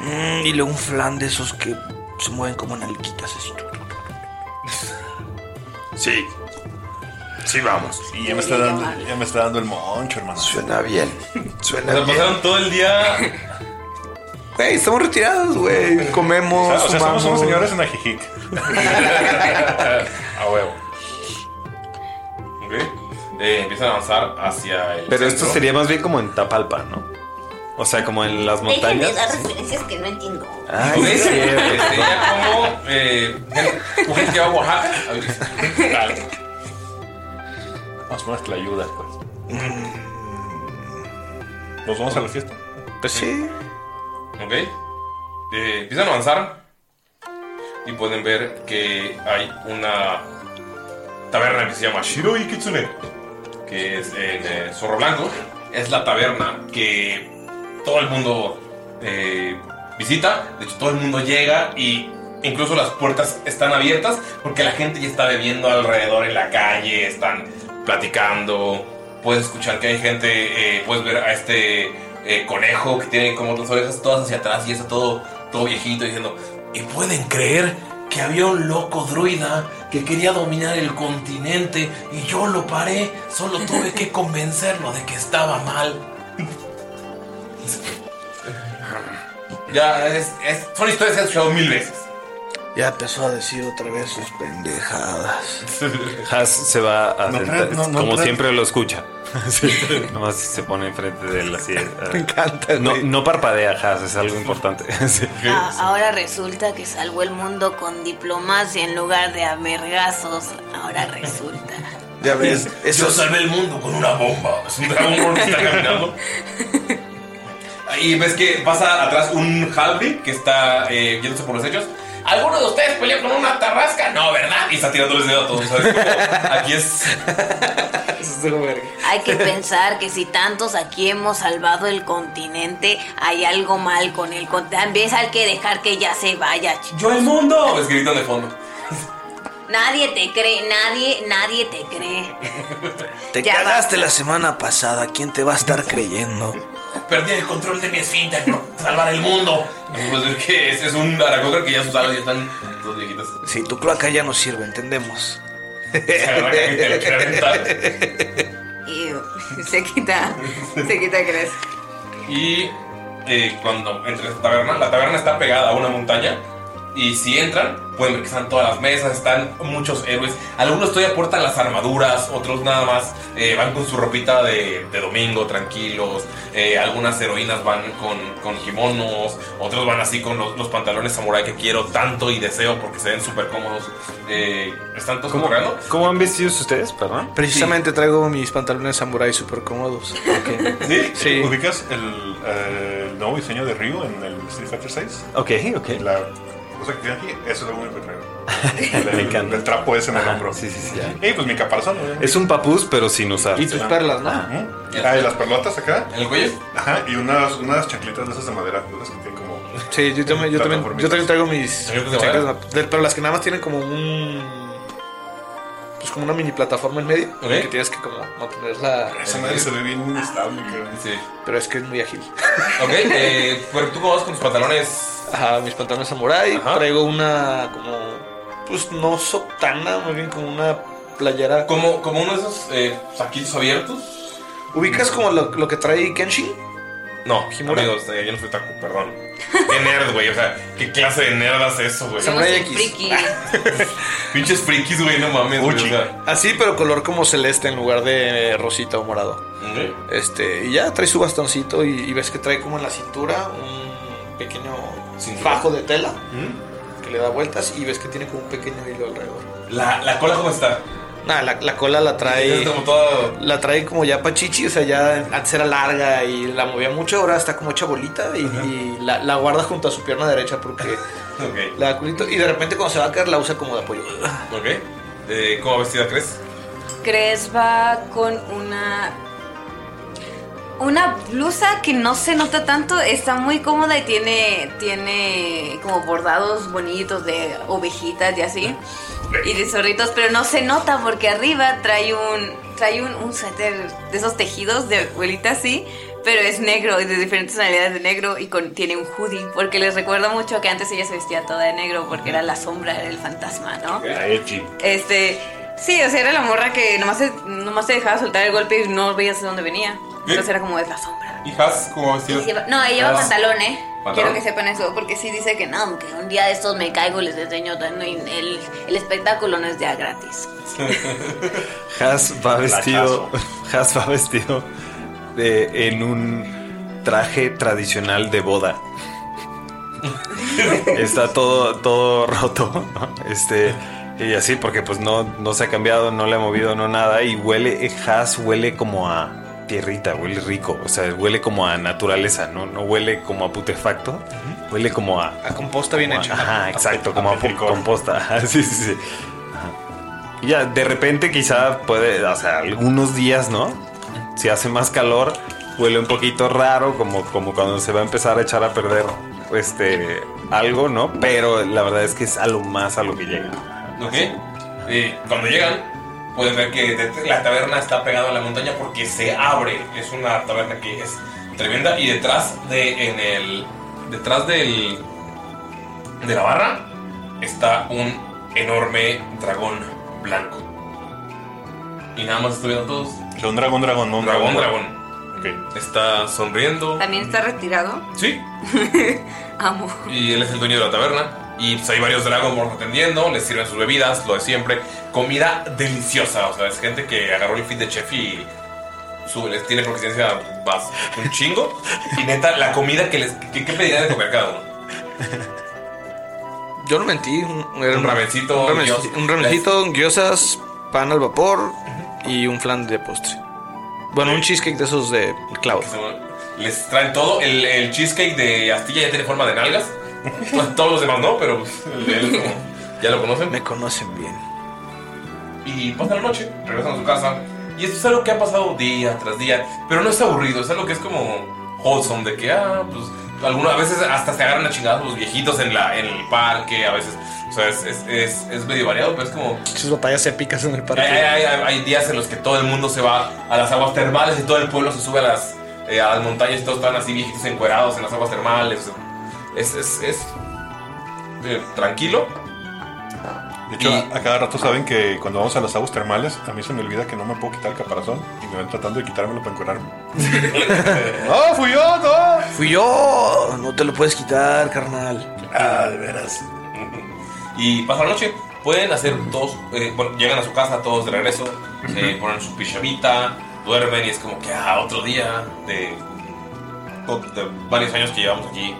mm, y luego un flan de esos que se mueven como en alquitas así?
Sí. Sí, vamos.
Y ya me está dando, ya me está dando el moncho, hermano.
Suena bien. Suena
bien.
pasaron todo el día.
Güey, estamos retirados, güey. Comemos.
O sea, somos
fumamos.
unos señores en Ajijic.
A huevo. Ok. Eh, empiezan a avanzar hacia el.
Pero esto
centro.
sería más bien como en Tapalpa, ¿no? O sea, como en las
Déjenme
montañas.
dar referencias que no entiendo.
Ah,
[laughs]
¿Tú ves?
es cierto.
Este, ya como eh, gente- mujer que va a Oaxaca. A ver, dale.
Más o menos te la ayuda, pues. Nos vamos a la fiesta.
Pues sí.
Ok. Eh, empiezan a avanzar. Y pueden ver que hay una taberna que se llama Shiroi Kitsune. Que es en eh, Zorro Blanco. Es la taberna que todo el mundo eh, visita. De hecho, todo el mundo llega y incluso las puertas están abiertas porque la gente ya está bebiendo alrededor en la calle, están platicando. Puedes escuchar que hay gente, eh, puedes ver a este eh, conejo que tiene como las orejas todas hacia atrás y está todo, todo viejito diciendo, ¿y pueden creer que había un loco druida que quería dominar el continente y yo lo paré? Solo tuve que convencerlo de que estaba mal. Ya, es, es- son historias que he escuchado mil veces.
Ya empezó a decir otra vez sus pendejadas.
Has se va a
No,
sentar,
no, no,
como
no.
siempre lo escucha. Sí. [laughs] Nomás se pone enfrente de él así. Me
encanta.
No, no parpadea, Has, es algo importante. [laughs] Sí.
Ah, ahora resulta que salvó el mundo con diplomacia en lugar de a vergazos. Ahora resulta.
Ya
[laughs]
ves.
Yo salvé el mundo con una bomba. Es un dragón Ball que está caminando. Y ves que pasa atrás un halberd que está eh, yéndose por los hechos. ¿Alguno de ustedes peleó con una tarrasca? No, ¿verdad? Y está tirándoles dedo a todos. ¿sabes? Como, aquí es.
Hay que pensar que si tantos aquí hemos salvado el continente, hay algo mal con el continente. También hay que dejar que ya se vaya. ch-
¡Yo el mundo! Pues gritan de fondo.
Nadie te cree, nadie, nadie te cree.
Te
Ya
cagaste la semana pasada, ¿quién te va a estar creyendo?
Perdí el control de mi esfínter por salvar el mundo. Pues es que es, es un aracocra que ya sus alas ya están dos viejitas.
Sí, tu cloaca ya no sirve, entendemos.
Se agarra que te lo quiere aventar.
Y [laughs] se quita, se quita Cres.
Y eh, cuando entras a la taberna, la taberna está pegada a una montaña. Y si entran, pueden ver que están todas las mesas, están muchos héroes. Algunos todavía portan las armaduras, otros nada más eh, van con su ropita de, de domingo, tranquilos. Eh, algunas heroínas van con, con kimonos, otros van así con los, los pantalones samurai que quiero tanto y deseo porque se ven súper cómodos. Eh, están todos
¿Cómo,
cotorreando.
cómo han vestido ustedes, perdón?
Precisamente traigo mis pantalones samurai súper cómodos.
¿Sí? ¿Ubicas el, eh, el nuevo diseño de Ryu en el Street Fighter 6?
Ok, ok.
La cosa que tiene aquí, eso es lo único que traigo.
[laughs] Me encanta.
El trapo ese en el hombro.
Sí, sí, sí. ya.
Y pues mi caparazón. obviamente.
Es un papús, pero sin usar.
Ajá. Ajá. Ah, y las perlotas acá.
¿En el cuello?
Ajá, y unas, unas chancletas de esas de madera. de esas que tienen como.
Sí, yo también, yo también, yo también traigo mis
Chancletas de madera.
chanclas, de- pero las que nada más tienen como un pues como una mini plataforma en medio
Ok.
que tienes que como mantenerla.
Ah, Esa madre se ve bien inestable, cabrón.
Sí.
Pero es que es muy ágil. [laughs]
Ok, eh, pero tú cómo vas con tus pantalones
Ajá, mis pantalones samurái. Traigo una como. Pues no sotana, muy bien, como una playera.
Como, como uno de esos eh, saquitos abiertos.
¿Ubicas como lo, lo que trae Kenshin?
No, amigos, eh, yo no soy taco, perdón. Qué nerd, güey. O sea, ¿qué clase de nerd hace eso, güey?
Samurai X.
Pinches frikis, güey, no mames. güey, o sea.
Así, pero color como celeste en lugar de eh, rosita o morado.
Ok.
Este, y ya trae su bastoncito y, y ves que trae como en la cintura un pequeño fajo de tela que le da vueltas y ves que tiene como un pequeño hilo alrededor.
¿La, la cola cómo está?
Nah, la, la cola la trae.
Como
La trae como ya pachichi, o sea, ya antes era larga y la movía mucho, ahora está como hecha bolita y, y la, la guarda junto a su pierna derecha
[laughs]
porque
Ok.
la da culito. Y de repente cuando se va a caer la usa como de apoyo.
Ok. Eh, ¿Cómo vestida crees?
Cres va con una. Una blusa que no se nota tanto, está muy cómoda y tiene, tiene como bordados bonitos de ovejitas y así. Y de zorritos, pero no se nota porque arriba trae un trae un, un suéter de esos tejidos de abuelita así, pero es negro y de diferentes tonalidades de negro y con, tiene un hoodie, porque les recuerdo mucho que antes ella se vestía toda de negro porque era la sombra, era el fantasma, ¿no?
La Echi.
Este, sí, o sea, era la morra que nomás, se- nomás te dejaba soltar el golpe y no veías de dónde venía. Entonces era como de la sombra.
¿Y Has? ¿Cómo va
Y
vestida?
lleva- no, ella lleva
Has.
pantalón, ¿eh?
¿Pantalón?
Quiero que sepan eso, porque sí dice que no, aunque un día de estos me caigo y les enseño, tan- y el, el espectáculo no es día gratis.
Has va vestido. [laughs] Has va vestido de- en un traje tradicional
[laughs]
de boda. Está todo, todo roto. ¿no? Este. Y así, porque pues no, no se ha cambiado, no le ha movido, no nada. Y huele, Has huele como a tierrita, huele rico. O sea, huele como a naturaleza, no, no huele como a putefacto. Huele como a.
A composta bien hecha.
Ajá, exacto, como a pu- composta. [laughs] Ajá, sí, sí, sí. Y Ya, de repente quizá puede, o sea, algunos días, ¿no? Si hace más calor, huele un poquito raro, como, como cuando se va a empezar a echar a perder este algo, ¿no? Pero la verdad es que es a lo más a lo que llega.
Ok. Y cuando llegan, puedes ver que de- la taberna está pegada a la montaña porque se abre. Es una taberna que es tremenda. Y detrás de en el. Detrás del. de la barra está un enorme dragón blanco. Y nada más estoy viendo a todos.
un dragón, dragón, no un
Dragón,
dragón.
dragón. Ok. Está sonriendo.
También está retirado.
Sí.
Amo.
Y él es el dueño de la taberna. Y pues, hay varios dragones atendiendo, les sirven sus bebidas, lo de siempre. Comida deliciosa, o sea, es gente que agarró el feed de chef y sube, les tiene conciencia vas un chingo. Y neta, la comida que les. ¿Qué, qué pedirían de comer cada uno?
Yo no mentí, un, era
Un ramencito,
un, ramen-
guios-
un ramencito, guiosas, pan al vapor y un flan de postre. Bueno, un cheesecake de esos de cloud.
Les traen todo. El, el cheesecake de Astilla ya tiene forma de nalgas. [laughs] Todos los demás no, pero pues, el de él es como- ya lo conocen.
Me conocen bien.
y pasan la noche, regresan a su casa. Y esto es algo que ha pasado día tras día, pero no es aburrido, es algo que es como wholesome, de que, ah, pues, algunas veces hasta se agarran a chingados los viejitos en, la, en el parque, a veces, o sea, es, es, es- es medio variado, pero es como,
Esas batallas épicas en el
hay,
parque.
hay- hay- hay días en los que todo el mundo se va a las aguas termales y todo el pueblo se sube a las, eh, a las montañas y todos están así viejitos encuerados en las aguas termales, es, es, es, eh, tranquilo.
De hecho, a cada rato saben que cuando vamos a las aguas termales, a mí se me olvida que no me puedo quitar el caparazón y me van tratando de quitármelo para [laughs] encuerarme.
¡No, fui yo, no! ¡Fui yo! No te lo puedes quitar, carnal.
Ah, de veras. Y pasa la noche. Pueden hacer todos. eh, bueno, llegan a su casa todos de regreso. eh, ponen su pijamita. Duermen y es como que ah, otro día de, de varios años que llevamos aquí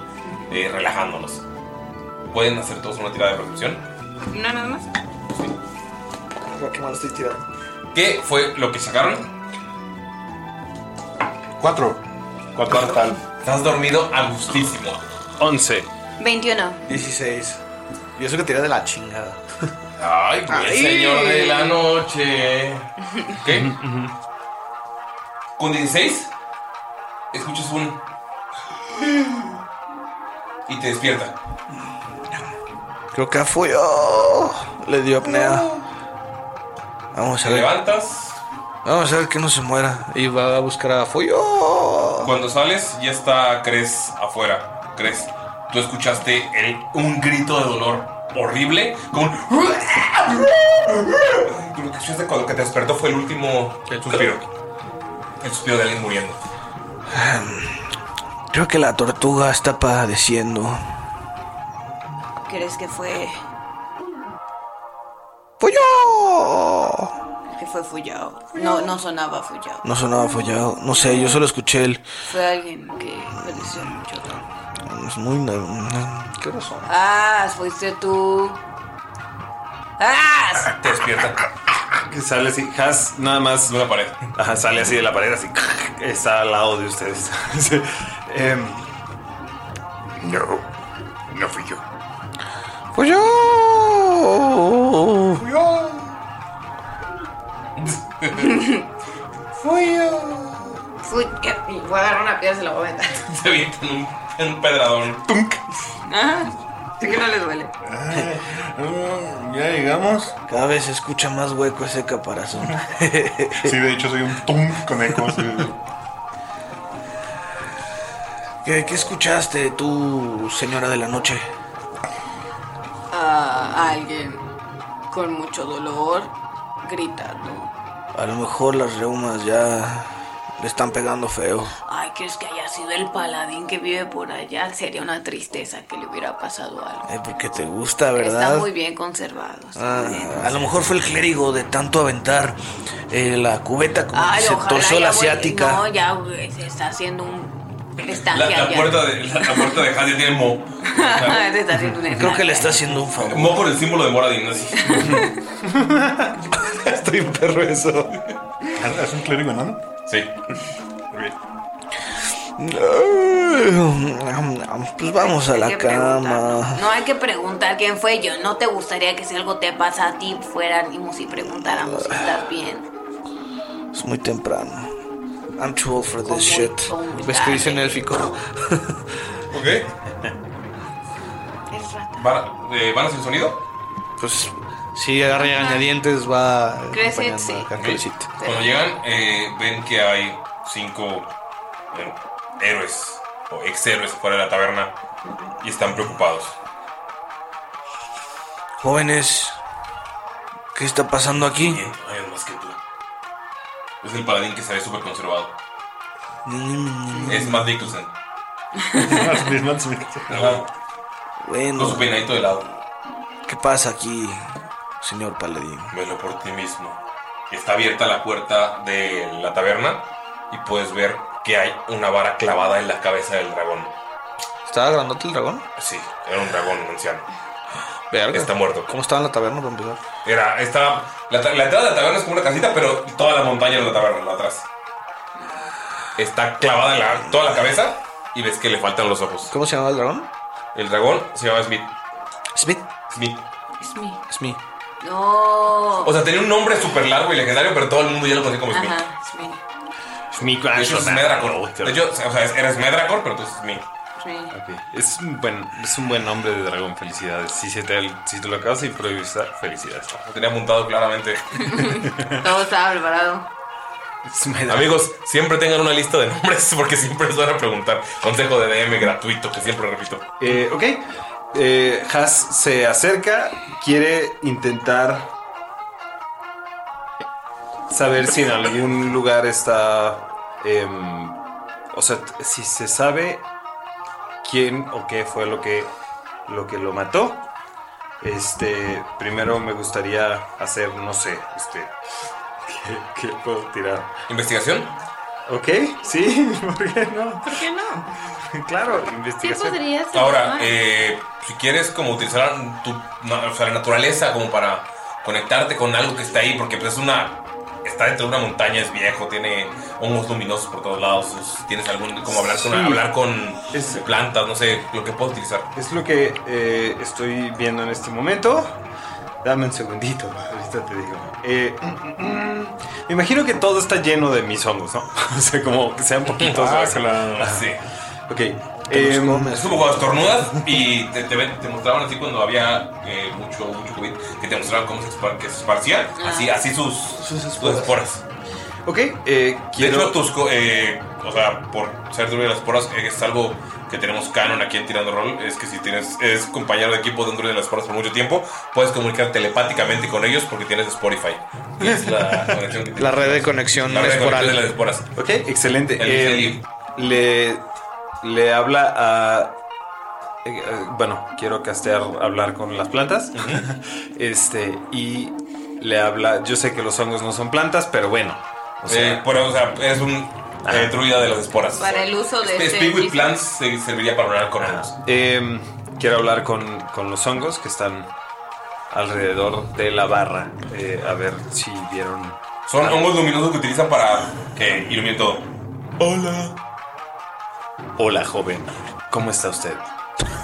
eh, relajándonos. Pueden hacer todos una tirada de percepción.
No, nada más.
¿Qué mal estoy tirando?
¿Qué fue lo que sacaron?
Cuatro. Cuatro tal.
Estás dormido a gustísimo.
Once.
21.
16. Y eso que tiré de la chingada.
Ay,
güey,
El señor de la noche. ¿Qué? Con 16, escuchas un. Y te despierta.
Creo que fui yo. Le dio apnea. Vamos a
Te
ver.
levantas.
Vamos a ver que no se muera. Y va a buscar a Fuyo.
Cuando sales, ya está Cres afuera. Cres, tú escuchaste el- un grito de dolor horrible, como un- Lo que escuchaste cuando que te despertó fue el último suspiro. El suspiro de alguien muriendo.
Creo que la tortuga está padeciendo.
¿Crees que fue.
¡Fuyo!
que fue Fuyao? No, no sonaba Fuyao.
No sonaba follado. No sé, yo solo escuché el.
Fue alguien que padeció mucho dolor.
Es muy. ¿Qué horas son?
Ah, fuiste tú. ¡Ah!
Te despierta.
Que Sale así, Has nada más.
De una pared.
Ajá, sale así de la pared, así. Está al lado de ustedes. [laughs] Sí. Em,
No, no fui yo.
¡Fuyo!
Fuyao. Voy a agarrar una piedra y se la voy a aventar. [laughs]
Se avienta en un, en un pedradón. ¡Tunk!
Ah, sí que no les duele.
Mm, Ya llegamos.
Cada vez se escucha más hueco ese
[laughs]
caparazón.
Sí, de hecho soy un tum con eco. así.
¿Qué, qué escuchaste tú, señora de la noche?
Ah,
A alguien con mucho dolor gritando.
A lo mejor las reumas ya le están pegando feo.
Ay, ¿crees que haya sido el paladín que vive por allá? Sería una tristeza que le hubiera pasado algo.
Eh, porque te gusta,
Está
¿verdad?
muy bien conservado. está
Ah,
muy bien.
a lo mejor fue el clérigo de tanto aventar eh, la cubeta como
Ay,
que se
ojalá
torció
ya
la
vol-
asiática.
No, ya güey, se está haciendo un estanque
La, la
allá.
puerta de, la, la puerta de Hadi tiene mo.
[laughs] se está haciendo un
Creo
estanque.
que le está haciendo un favor.
Mo con el símbolo de Moradin, así.
[laughs] Estoy un perro eso.
¿Es un clérigo enano?
Sí.
Pues vamos a la cama.
No hay que preguntar quién fue yo. No te gustaría que si algo te pasa a ti fuéramos y preguntáramos si estás bien.
Es muy temprano. I'm too old for this shit. ¿Ves que dice en élfico?
¿Van, eh, ¿van hacia el sonido?
Pues si agarra y añadientes va
Crescent,
acompañando
sí.
a Carmelicita.
Cuando llegan, eh, ven que hay cinco bueno, héroes o ex héroes fuera de la taberna y están preocupados.
Jóvenes, ¿qué está pasando aquí?
Hay uno más que tú. Es el paladín que se ve súper conservado. Es Matt Nicholson. Con su peinadito de lado.
¿Qué pasa aquí, señor paladín?
Velo por ti mismo. Está abierta la puerta de la taberna y puedes ver que hay una vara clavada en la cabeza del dragón.
¿Estaba grandote el dragón?
Sí, era un dragón un anciano.
Verga.
Está muerto.
¿Cómo estaba en la taberna para empezar?
Era, estaba, la, ta- la entrada de la taberna es como una casita, pero toda la montaña de la taberna, la atrás. Está clavada en la- toda la cabeza y ves que le faltan los ojos.
¿Cómo se llamaba el dragón?
El dragón se llamaba Smith.
¿Smith?
Smith.
Smith.
Smith.
No.
O sea, tenía un nombre súper largo y legendario, pero todo el mundo ya lo conocía como Smith.
Ajá, Smith.
Smith,
De hecho, es
Oh,
Smedrakor.
este
De hecho, o sea, es- era Smedrakor, pero tú es Smith.
Smith.
Es un buen, es un buen nombre de dragón, felicidades. Si, se te, si te lo acabas de improvisar, felicidades.
Lo tenía apuntado claramente.
Todo estaba preparado.
Amigos, siempre tengan una lista de nombres [laughs] porque siempre les van a preguntar. Consejo de DM gratuito que siempre repito.
Eh, ok. Eh, Has se acerca, quiere intentar saber si en algún lugar está... em, o sea, t- si se sabe quién o qué fue lo que lo, que lo mató. Este, primero me gustaría hacer, no sé, este... ¿Qué, qué puedo tirar?
¿Investigación?
Ok, sí, [laughs] ¿por qué no?
¿Por qué no?
Claro,
investigación. Sí, podría ser,
Ahora,
¿no?
eh, si quieres como utilizar tu na- o sea, la naturaleza como para conectarte con algo que está ahí, porque pues es una... Está dentro de una montaña, es viejo, tiene hongos luminosos por todos lados. es- Tienes algún... como hablar con,
Sí.
hablar con plantas, no sé, lo que puedo utilizar.
Es lo que eh, estoy viendo en este momento. Dame un segundito, ahorita te digo. Eh, [clears throat] mm, mm, mm. me imagino que todo está lleno de mis hongos, ¿no? [laughs] O sea, como que sean poquitos.
Ah,
Sí. Ok.
Te los
em,
comes. Es como cuando estornudas y te, te ven- te mostraban así cuando había eh, mucho, mucho COVID, que te mostraban cómo se, espar- que se esparcía, así, así sus, sus esporas.
Ok, eh,
De hecho, tus co- eh, O sea, por ser druida de las esporas, eh, es algo que tenemos canon aquí en Tirando Rol. Es que si tienes es compañero de equipo de un druida de las esporas por mucho tiempo, puedes comunicar telepáticamente con ellos porque tienes Spotify. Y es
[laughs]
la conexión que
La red de conexión
La red de
esporal.
conexión de las esporas.
Ok, excelente.
El
Eh,
Felipe.
le, le habla a. eh, eh, Bueno, quiero castear hablar con las plantas. [laughs] este, y le habla. Yo sé que los hongos no son plantas, pero bueno. O sea,
Eh, pero, o sea, es un eh, druida de las esporas.
Para el uso de
Este
este
Speak with
hechizo.
Plants se serviría para hablar con ellos.
Em, quiero hablar con, con los hongos que están alrededor de la barra. Eh, a ver si vieron.
Son hongos luminosos que utilizan para que iluminen todo.
Hola. Hola, joven. ¿Cómo está usted?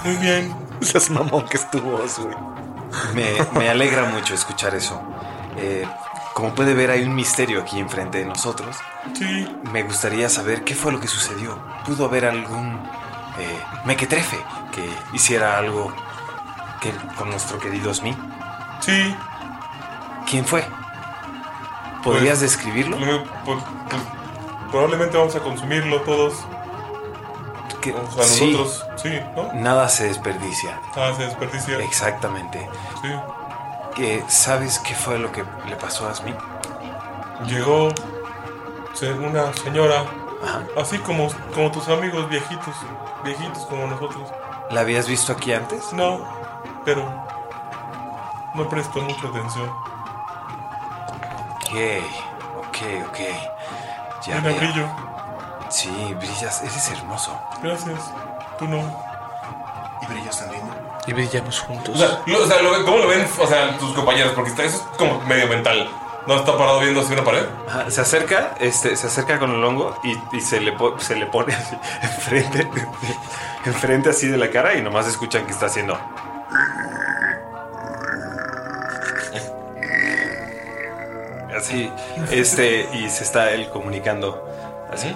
Muy bien. Esas mamón que estuvo, güey.
Me, me alegra mucho escuchar eso. Eh, como puede ver, hay un misterio aquí enfrente de nosotros.
Sí.
Me gustaría saber qué fue lo que sucedió. ¿Pudo haber algún eh, mequetrefe que hiciera algo que- con nuestro querido Smith?
Sí.
¿Quién fue? ¿Podrías
Pues,
describirlo?
lo- pues, pues, probablemente vamos a consumirlo todos.
Que-
O sea,
sí.
nosotros. Sí, ¿no?
Nada se desperdicia.
Ah, se desperdicia.
Exactamente.
Sí.
Que- ¿Sabes qué fue lo que le pasó a Smith?
Llegó se- una señora, así como, como tus amigos viejitos, viejitos como nosotros.
¿La habías visto aquí antes?
No, pero no presto mucha atención.
Ok, ok, ok.
Mira,
veo.
brillo.
Sí, brillas, eres hermoso.
Gracias, tú no. ¿Y brillas también?
Y brillamos juntos.
O sea, lo- o sea, lo- ¿cómo lo ven o sea, tus compañeros? Porque está, eso es como medio mental. No está parado viendo hacia una pared.
Ajá, se acerca, este, se acerca con el hongo y, y se, le po- se le pone [laughs] así, enfrente, enfrente así de la cara y nomás escuchan que está haciendo. Así, este, y se está él comunicando así.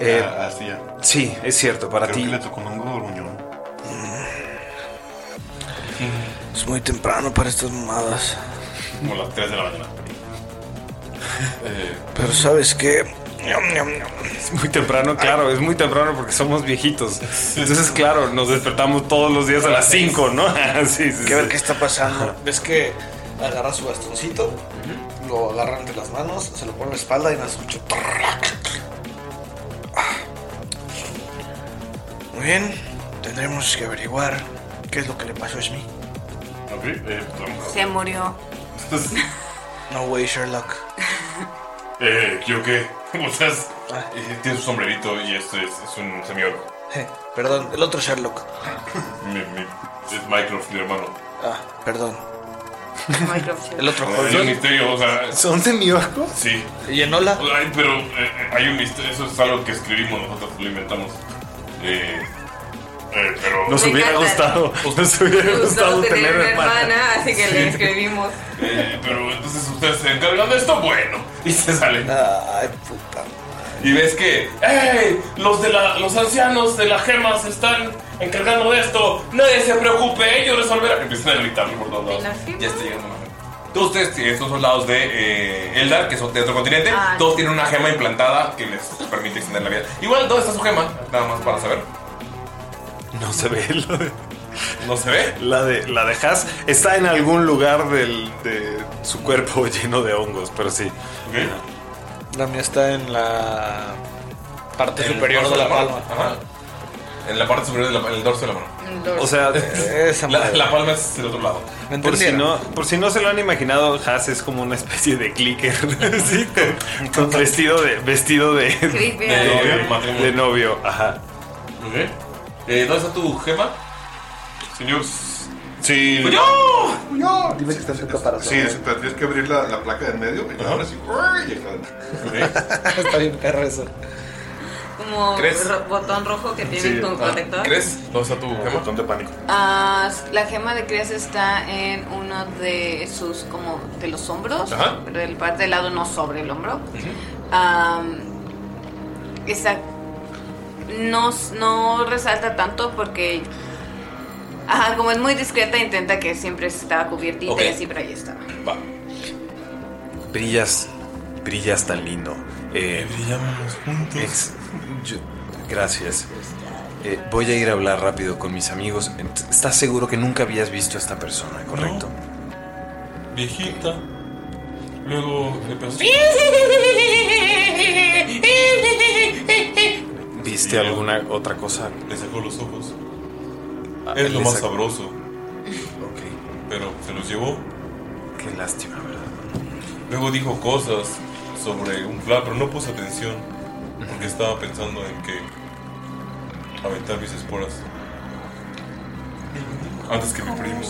Eh,
Ah, así ya.
sí, es cierto, para
Creo
ti.
que le tocó un hongo gruñón.
Es muy temprano para estas mamadas.
Como a las 3 de la mañana.
Pero sabes qué.
Es muy temprano, claro, es muy temprano porque somos viejitos. Entonces, claro, nos despertamos todos los días a las 5, ¿no? [laughs] sí, sí,
Que ver
sí.
qué está pasando. Ves que agarra su bastoncito, lo agarra entre las manos, se lo pone en la espalda y nos escucha.
Muy bien, tendremos que averiguar qué es lo que le pasó a Smith.
Ok, eh, vamos.
Se murió.
No way, Sherlock.
[laughs] Eh, ¿yo qué? O sea, es- eh, tiene su sombrerito y este es, es un señor.
Perdón, el otro Sherlock.
Mi- mi- es Mycroft, mi hermano.
Ah, perdón.
[laughs] El otro
Hay un misterio, o sea.
¿Son semiorcos?
Sí.
¿Y en Ola?
Ay, pero eh, eh, hay un misterio. Eso es algo que escribimos nosotros, lo inventamos. Eh, eh, pero.
Nos hubiera gustado, nos hubiera gustado tener hermana.
así que le escribimos.
Eh, pero entonces ustedes se encargan de esto, bueno. [laughs] Y se salen.
Ay, puta.
Y ves que. ¡Ey! Los, de la, los ancianos de la gema se están encargando de esto. Nadie se preocupe, ellos resolverán. Empiezan a gritarle por todos lados. Ya está llegando la gema. Todos ustedes, tienen- estos son lados de eh, Eldar, que son de otro continente,
Ah.
todos tienen una gema implantada que les permite extender la vida. Igual, ¿dónde está su gema? Nada más para saber.
No se ve. lo de-
¿No se ve?
La de, la de Haas está en algún lugar del, de su cuerpo [laughs] lleno de hongos, pero sí.
La mía está
[laughs]
en la parte
En el
superior
dorso
de la
mano.
palma.
Ajá. En la parte superior del dorso de la mano.
O sea,
la, la palma es del otro lado.
Por si, no, por si no se lo han imaginado, Haas es como una especie de clicker [laughs] sí, con, con vestido de vestido de,
Creepy.
de-
Eh,
De novio.
de, novio. Ajá.
Ok. Eh, ¿Dónde está tu gema? Señor.
Sí.
¡Yo!
¡Yo!
Dime que está en tu caparazón.
Sí, es- pero tienes que abrir la, la placa de en medio y ahora sí.
[laughs]
[laughs]
Ah,
Está bien, perro eso.
Como
¿Crees?
ro- botón rojo que tienen
ah,
con protector.
¿Crees? ¿Dónde está tu gema?
Botón de pánico.
Ah, la gema de Creas está en uno de sus, como, de los hombros.
Ajá.
Pero el parte del lado no sobre el hombro. Am, está- no, no resalta tanto porque. Ajá, como es muy discreta, intenta que siempre estaba cubiertita
Ok.
y así, pero ahí estaba.
Brillas, brillas tan lindo. Eh, ex- yo- gracias. Eh, voy a ir a hablar rápido con mis amigos. Ent- ¿Estás seguro que nunca habías visto a esta persona, correcto?
Viejita. Luego le pensó.
¿Viste alguna otra cosa?
Le sacó los ojos.
Ah,
es lo
le
más
sacó-
sabroso. Pero se los llevó.
Qué lástima, ¿verdad?
Luego dijo cosas sobre un plan, pero no puse atención. Porque estaba pensando en que. aventar mis esporas. Antes que mi primo.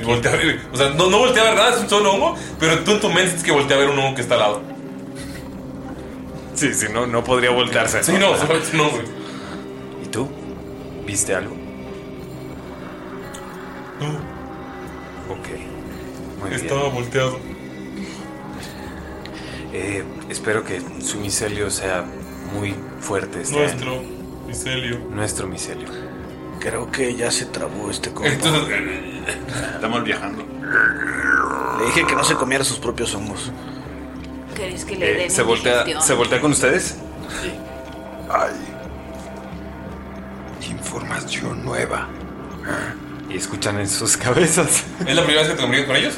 Y voltea a ver. O sea, no, no voltea a ver nada, es un solo hongo. Pero tú en tu mente tienes que voltea a ver un hongo que está al lado.
Sí, sí, no, no podría voltearse.
Sí, no, [laughs] no, güey.
¿Y tú? ¿Viste algo? Ok. Muy
Estaba
bien.
volteado.
Eh, espero que su micelio sea muy fuerte este año.
Nuestro, micelio.
Nuestro micelio.
Creo que ya se trabó este compa.
Estamos viajando.
Le dije que no se comiera sus propios hongos.
¿Crees que le
Eh,
den
¿se, voltea,
indigestión?
¿Se voltea con ustedes?
Hay información nueva.
Ah, Y escuchan en sus
[laughs]
cabezas.
¿Es la primera vez que te comunicas con ellos?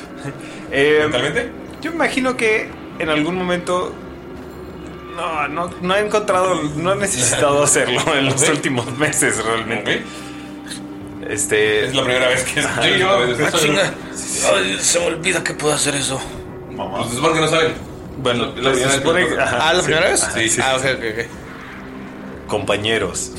¿Mentalmente? Yo imagino que en algún momento. No, no, no he encontrado. No
[laughs]
he necesitado hacerlo en los últimos meses realmente. Este.
Es la primera vez
[laughs]
que escucho
Ay,
yo.
ah, chinga.
Ay, se me olvida que puedo hacer eso.
Pues es porque no saben.
Bueno,
la primera Ah, vez que
supone que-
lo pasa.
ajá,
Sí,
sí.
sí.
Ah, ok, ok, ok. Compañeros,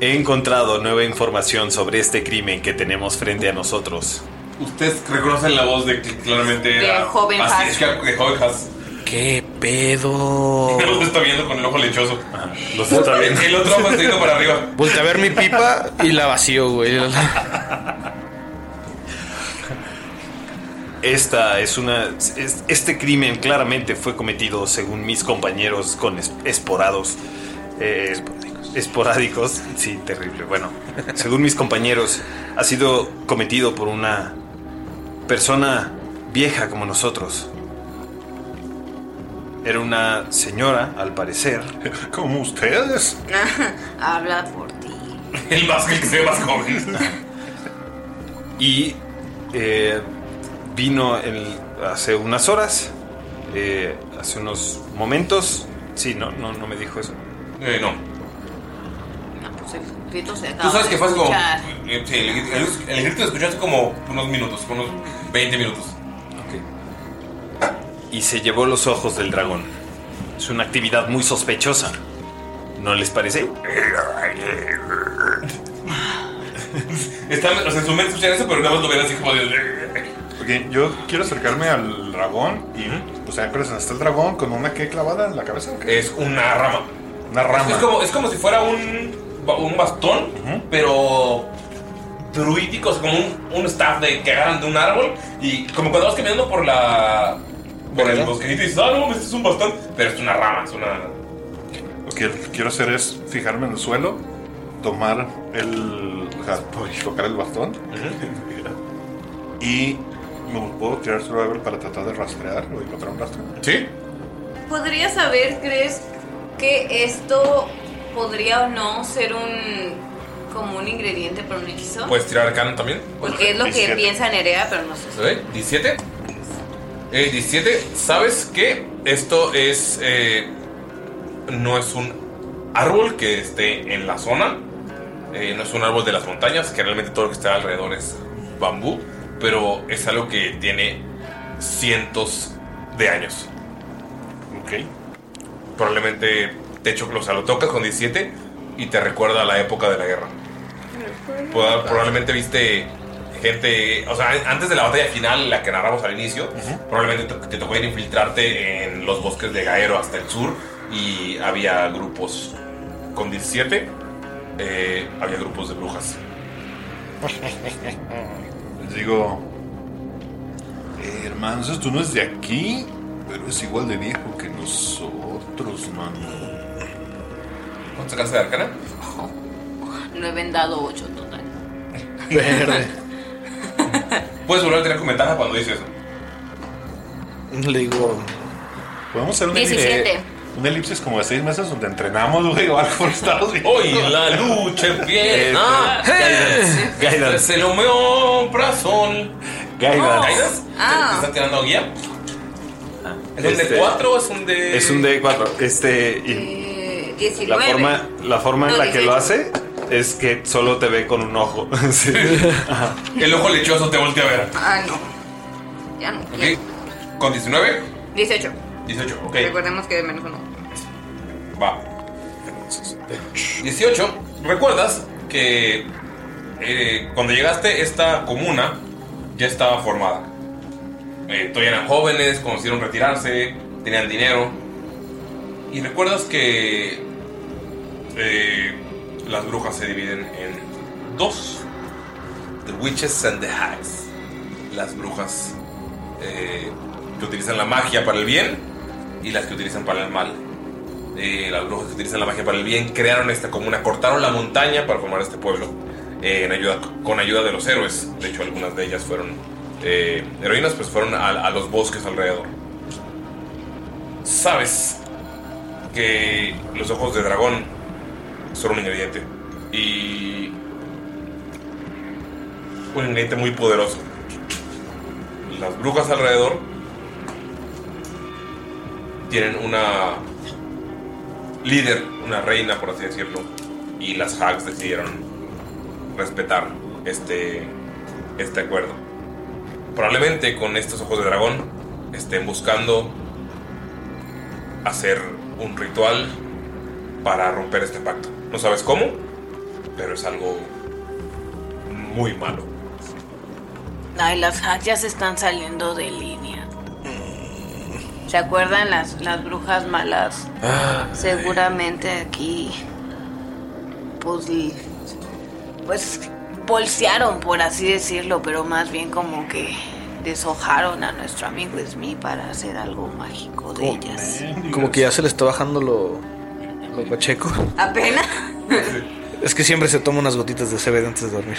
he encontrado nueva información sobre este crimen que tenemos frente a nosotros.
Ustedes reconocen la voz de que claramente
De
era.
joven
así
Haas.
es que de joven Haas. [laughs]
¿Qué
Oh.
pedo?
Los está viendo con el ojo lechoso.
Ah, Los
está viendo.
El otro ojo está yendo para arriba.
Volté a ver mi pipa y la vacío, [laughs] güey.
Esta es una. es- este crimen claramente fue cometido, según mis compañeros, con es- esporados. eh, esporádicos. Sí, terrible. [laughs] Bueno, según mis compañeros, ha sido cometido por una persona vieja como nosotros. Era una señora, al parecer. [laughs] ¿Como ustedes?
[laughs]
Habla por ti.
[laughs] El más el que se ve más joven.
Y eh, vino el- hace unas horas, eh, hace unos momentos. Sí, no, no, no me dijo eso.
Eh, no.
No, pues el grito se acaba
Tú sabes
de
que fue hace como.
escuchar.
eh, Sí, el, el- el grito lo escuchaste como unos minutos, como unos 20 minutos.
Y se llevó los ojos del dragón. Es una actividad muy sospechosa. ¿No les parece?
Está, o sea, en su mente escuchan eso, pero nada más lo ven así como de.
Ok, yo quiero acercarme al dragón y, o sea, pero está el dragón con una que clavada en la cabeza. o qué?
Es una rama.
Una rama.
Es como, es como si fuera un, ba- un bastón, pero druídico, o sea, como un, un staff de, que agarran de un árbol. Y como cuando vas caminando por la. por el bosque y dices, ah, no, este es un bastón, pero es una rama, es una.
Lo que quiero hacer es fijarme en el suelo, tomar el. O sea, [laughs] tocar el bastón. Y me puedo tirar survival para tratar de rastrear o encontrar un rastro.
Sí.
¿Podrías saber, crees, que esto podría o no ser un. como un ingrediente para un hechizo?
Puedes tirar arcano también.
Porque es lo que piensa Nerea, pero no sé.
¿Eh? 17. Eh, 17. Sabes que esto es. eh, no es un árbol que esté en la zona. Eh, no es un árbol de las montañas, que realmente todo lo que está alrededor es bambú. Pero es algo que tiene cientos de años.
Ok.
Probablemente te hecho, o sea, lo tocas con 17 y te recuerda a la época de la guerra. Proba- Probablemente viste gente, o sea, antes de la batalla final, la que narramos al inicio, probablemente te, te tocó ir a infiltrarte en los bosques de Gaero hasta el sur y había grupos con 17, eh, había grupos de brujas.
Les digo, "Eh, hermanos, esto no es de aquí, pero es igual de viejo que nosotros, mano.
¿Cuánto sacaste de arcana?
No he vendado ocho total.
Puedes volver a tener con ventaja cuando dices eso.
Le digo.
Podemos hacer una
17.
elipsis. Una elipsis como de seis meses donde entrenamos, güey, o algo por Estados Unidos.
Hoy
[laughs]
la lucha empieza. Ah, este
Guidance. Guidance.
Se lo meo brazón.
Guidance.
Guidance. ¿Te
Ah.
están tirando guía? ¿Es un
Este,
D4 o es un D...?
Es un D4. Este, y
Eh,
la
19.
forma, la forma en
No,
la que lo
18.
hace es que solo te ve con un ojo. [laughs] Sí.
El ojo lechoso te voltea a ver.
Ah, no. Ya no.
Ok. ¿Con 19?
18.
18, ok.
Recordemos que de menos uno.
Va. 18. ¿Recuerdas que eh, cuando llegaste esta comuna ya estaba formada? Eh, todavía eran jóvenes, conocieron retirarse, tenían dinero. Y recuerdas que eh, las brujas se dividen en dos. The Witches and the Hags. Las brujas eh, que utilizan la magia para el bien y las que utilizan para el mal eh, las brujas que utilizan la magia para el bien crearon esta comuna, cortaron la montaña para formar este pueblo eh, en ayuda, con ayuda de los héroes. De hecho, algunas de ellas fueron eh, heroínas, pues fueron a, a los bosques alrededor. Sabes que los ojos de dragón son un ingrediente y un ingrediente muy poderoso. Las brujas alrededor tienen una líder, una reina, por así decirlo. Y las Hags decidieron respetar este, este acuerdo. Probablemente con estos ojos de dragón estén buscando hacer un ritual para romper este pacto. No sabes cómo, pero es algo muy malo. [laughs]
Ay, las hacks ya se están saliendo de línea. ¿Se acuerdan las, las brujas malas?
Ah,
Seguramente aquí. Pues. l- Pues. Bolsearon, por así decirlo, pero más bien como que deshojaron a nuestro amigo Smith para hacer algo mágico de ellas.
Como que ya se le está bajando lo. Lo pacheco.
Apenas. [laughs]
Es que siempre se toma unas gotitas de CBD antes de dormir.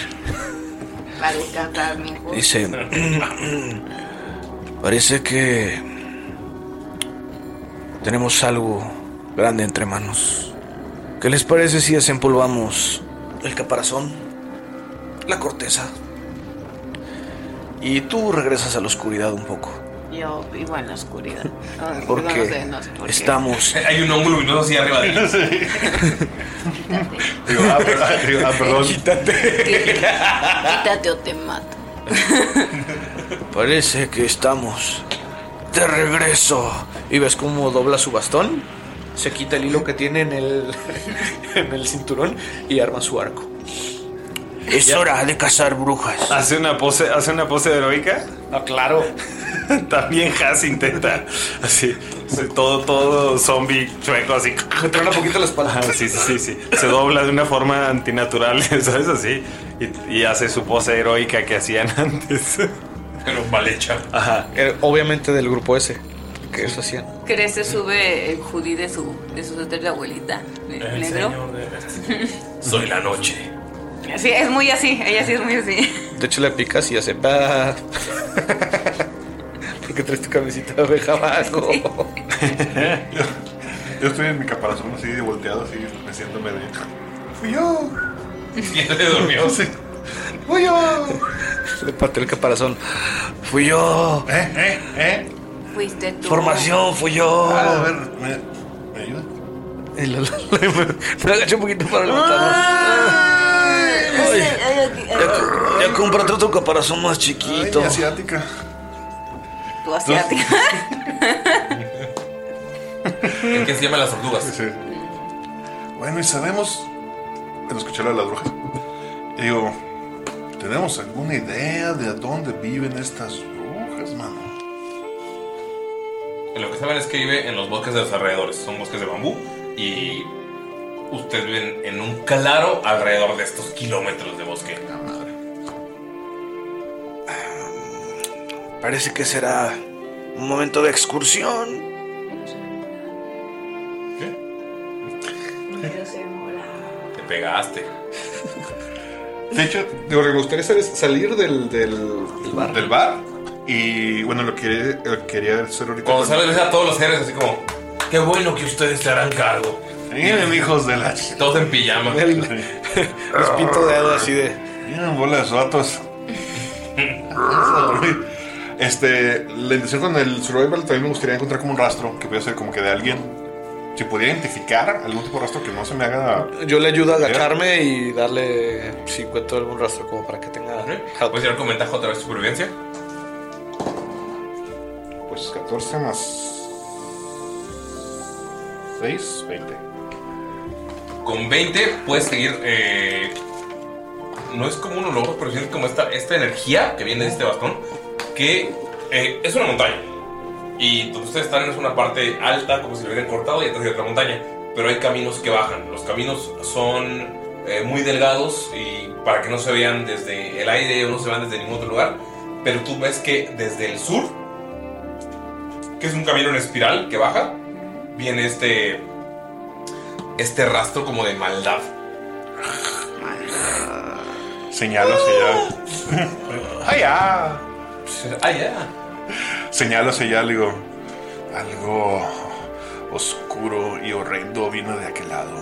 Para descansar, mijo.
Dice, parece que tenemos algo grande entre manos. ¿Qué les parece si desempolvamos el caparazón, la corteza? Y tú regresas a la oscuridad un poco.
Yo vivo en la oscuridad. Ah,
Porque
no sé, no sé por qué.
estamos...
Hay un hongo luminoso así arriba
[laughs]
de ti.
Digo, ah, perdón. digo, ah,
[laughs]
perdón.
[laughs] Quítate o te mato.
Parece que estamos de regreso. Y ves cómo dobla su bastón, se quita el hilo que tiene en el, [laughs] en el cinturón y arma su arco.
Es hora de cazar brujas.
Hace una pose, hace una pose heroica.
Ah, claro.
[laughs] También Has intenta. Así. Todo, todo zombie chueco, así.
un poquito la espalda.
sí, sí, sí, sí. Se dobla de una forma antinatural, [laughs] ¿sabes? Así. Y, y hace su pose heroica que hacían antes.
Pero mal hecha.
Ah.
Ajá.
Eh, Obviamente del grupo ese. Que eso hacían.
Crece, sube el judí de su, de su suéter de abuelita. ne-
El
negro.
señor de- Soy la noche.
Sí, es muy así. Ella sí es muy así.
De hecho, le picas y hace. pa. [laughs] Porque traes tu camisita de abeja abajo.
Yo estoy en mi caparazón así de volteado, así, me siento medio.
Fui yo.
te durmió? Sí.
Fui yo.
[laughs] Le pateó el caparazón. Fui yo.
¿Eh? ¿Eh? ¿Eh?
Fuiste tú.
Formación, fui yo.
Ah, a ver, ¿me, me ayuda?
Y lo-
[laughs]
lo- lo- Me agaché un poquito para levantarlo.
Ya compré otro caparazón más chiquito.
asiática.
Tú asiática.
¿En qué se llaman las tortugas?
Bueno, y sabemos. Pero escuché lo de las brujas. Y digo, ¿tenemos alguna idea de a dónde viven estas brujas, mano?
Lo que saben es que vive en los bosques de los alrededores. Son bosques de bambú y ustedes viven en un claro alrededor de estos kilómetros de bosque.
Parece que será un momento de excursión.
Te pegaste.
De hecho, digo, lo que me gustaría hacer es salir del, del, del bar. Y bueno, lo que lo que quería hacer ahorita.
Cuando
con-
sale, ves a todos los héroes así como: Qué bueno que ustedes se harán cargo.
Miren, hijos de la.
Todos en pijama.
Los pito de dedo así de. Miren, bola de sotos. Este, la intención con el survival también me gustaría encontrar como un rastro que pudiera ser como que de alguien. Si pudiera identificar algún tipo de rastro que no se me haga.
Yo le ayudo a agacharme y darle, si encuentro algún rastro, como para que tenga.
pues
¿Puedes tirar con ventaja otra vez supervivencia?
Pues 14 más 6, 20.
Con 20 puedes seguir. eh, no es como un olor, pero sientes como esta, esta energía que viene de este bastón. Que eh, es una montaña. Y donde ustedes están es una parte alta, como si lo hubieran cortado, y atrás hay otra montaña. Pero hay caminos que bajan. Los caminos son eh, muy delgados y para que no se vean desde el aire o no se vean desde ningún otro lugar. Pero tú ves que desde el sur, que es un camino en espiral que baja, viene este este rastro como de maldad.
Señalo hacia allá.
¡Allá! ¡Allá!
Señalo hacia allá, le digo. Algo oscuro y horrendo vino de aquel lado.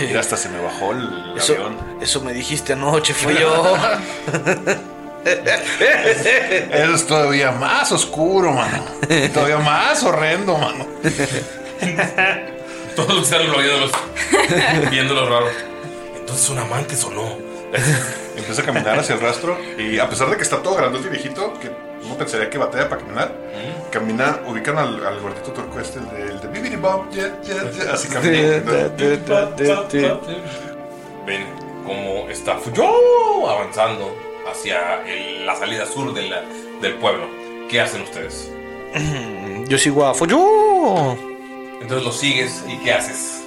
Mira, hasta se me bajó el
Eso,
avión.
eso me dijiste anoche, [laughs] fui yo.
Eso es todavía más oscuro, mano. Todavía más horrendo, mano.
Todos los cerros lo viéndolos, viéndolos raro. Entonces son amantes o no.
Empieza a caminar hacia el rastro y a pesar de que está todo grandote y viejito, que no pensaría que batalla para caminar, camina, ubican al, al gordito turco este, el de, el de Bibidi Bob, jet, jet, jet, así camina.
Ven cómo está Fuyo avanzando hacia el- la salida sur de la- del pueblo. ¿Qué hacen ustedes?
[laughs] Yo sigo a Foyo.
Entonces lo sigues y ¿qué haces?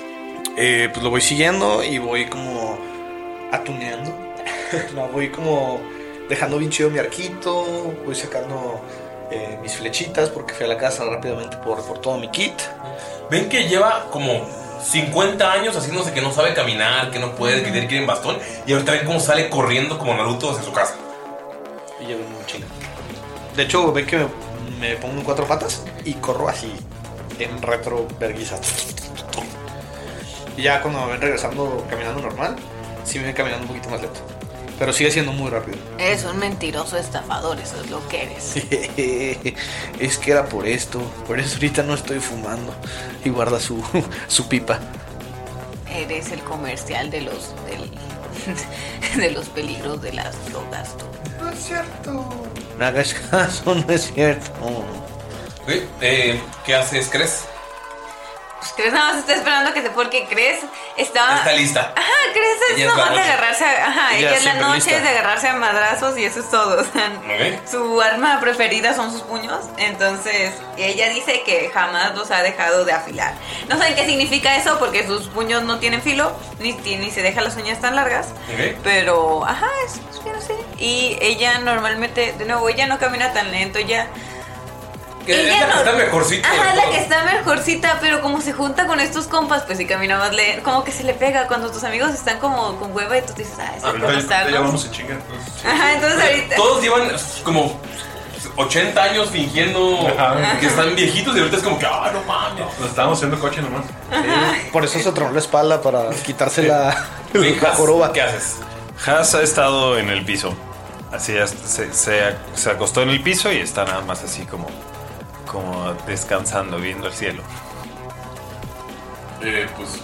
Eh, pues lo voy siguiendo y voy como atuneando. no, voy como dejando bien chido mi arquito, voy sacando eh, mis flechitas porque fui a la casa rápidamente por, por todo mi kit.
Ven que lleva como 50 años haciéndose que no sabe caminar, que no puede, que tiene que ir en bastón. Y ahorita ven cómo sale corriendo como Naruto hacia su casa.
Y llevo mi mochila. De hecho, ven que me, me pongo en cuatro patas y corro así, en retro verguiza. Y ya cuando me ven regresando caminando normal, sí me ven caminando un poquito más lento. Pero sigue siendo muy rápido.
Eres un mentiroso estafador, eso es lo que eres.
[laughs] es que era por esto. Por eso ahorita no estoy fumando. Y guarda su, [laughs] su pipa.
Eres el comercial de los del- [laughs] de los peligros de las drogas. tú.
No es cierto.
No hagas caso, [laughs] no es cierto.
Ok, eh, ¿Qué haces, crees?
Cres nada más está esperando que se porque Cres estaba.
Está lista.
Ah. Ajá, Cres es
Ella es la
nomás de
noche.
agarrarse a.
Ella
Ajá, ella, es la
siempre
noche
lista.
de agarrarse a madrazos y eso es todo. o sea,
Ok.
Su arma preferida son sus puños, entonces ella dice que jamás los ha dejado de afilar. No saben qué significa eso porque sus puños no tienen filo, ni, ti- ni se dejan las uñas tan largas. Pero, ajá, es, es bien así. Y ella normalmente, de nuevo, ella no camina tan lento, ella...
Que es la que está mejorcita.
Ajá, es la que está mejorcita, pero como se junta con estos compas, pues si camina más lento, como que se le pega cuando tus amigos están como con hueva y tú dices, ah, ese compa está
Ya
algo".
vamos en chinga.
Ajá, entonces ahorita...
Todos llevan como 80 años fingiendo
Ajá.
que están viejitos y ahorita es como que, ah, no mames.
Lo estábamos haciendo coche nomás.
Por eso se tronó la espalda para quitarse
[laughs]
la, [laughs] la joroba.
¿Qué haces?
Haas ha estado en el piso. Así hasta- se, se ac- se acostó en el piso y está nada más así como, como descansando, viendo el cielo.
Eh, pues.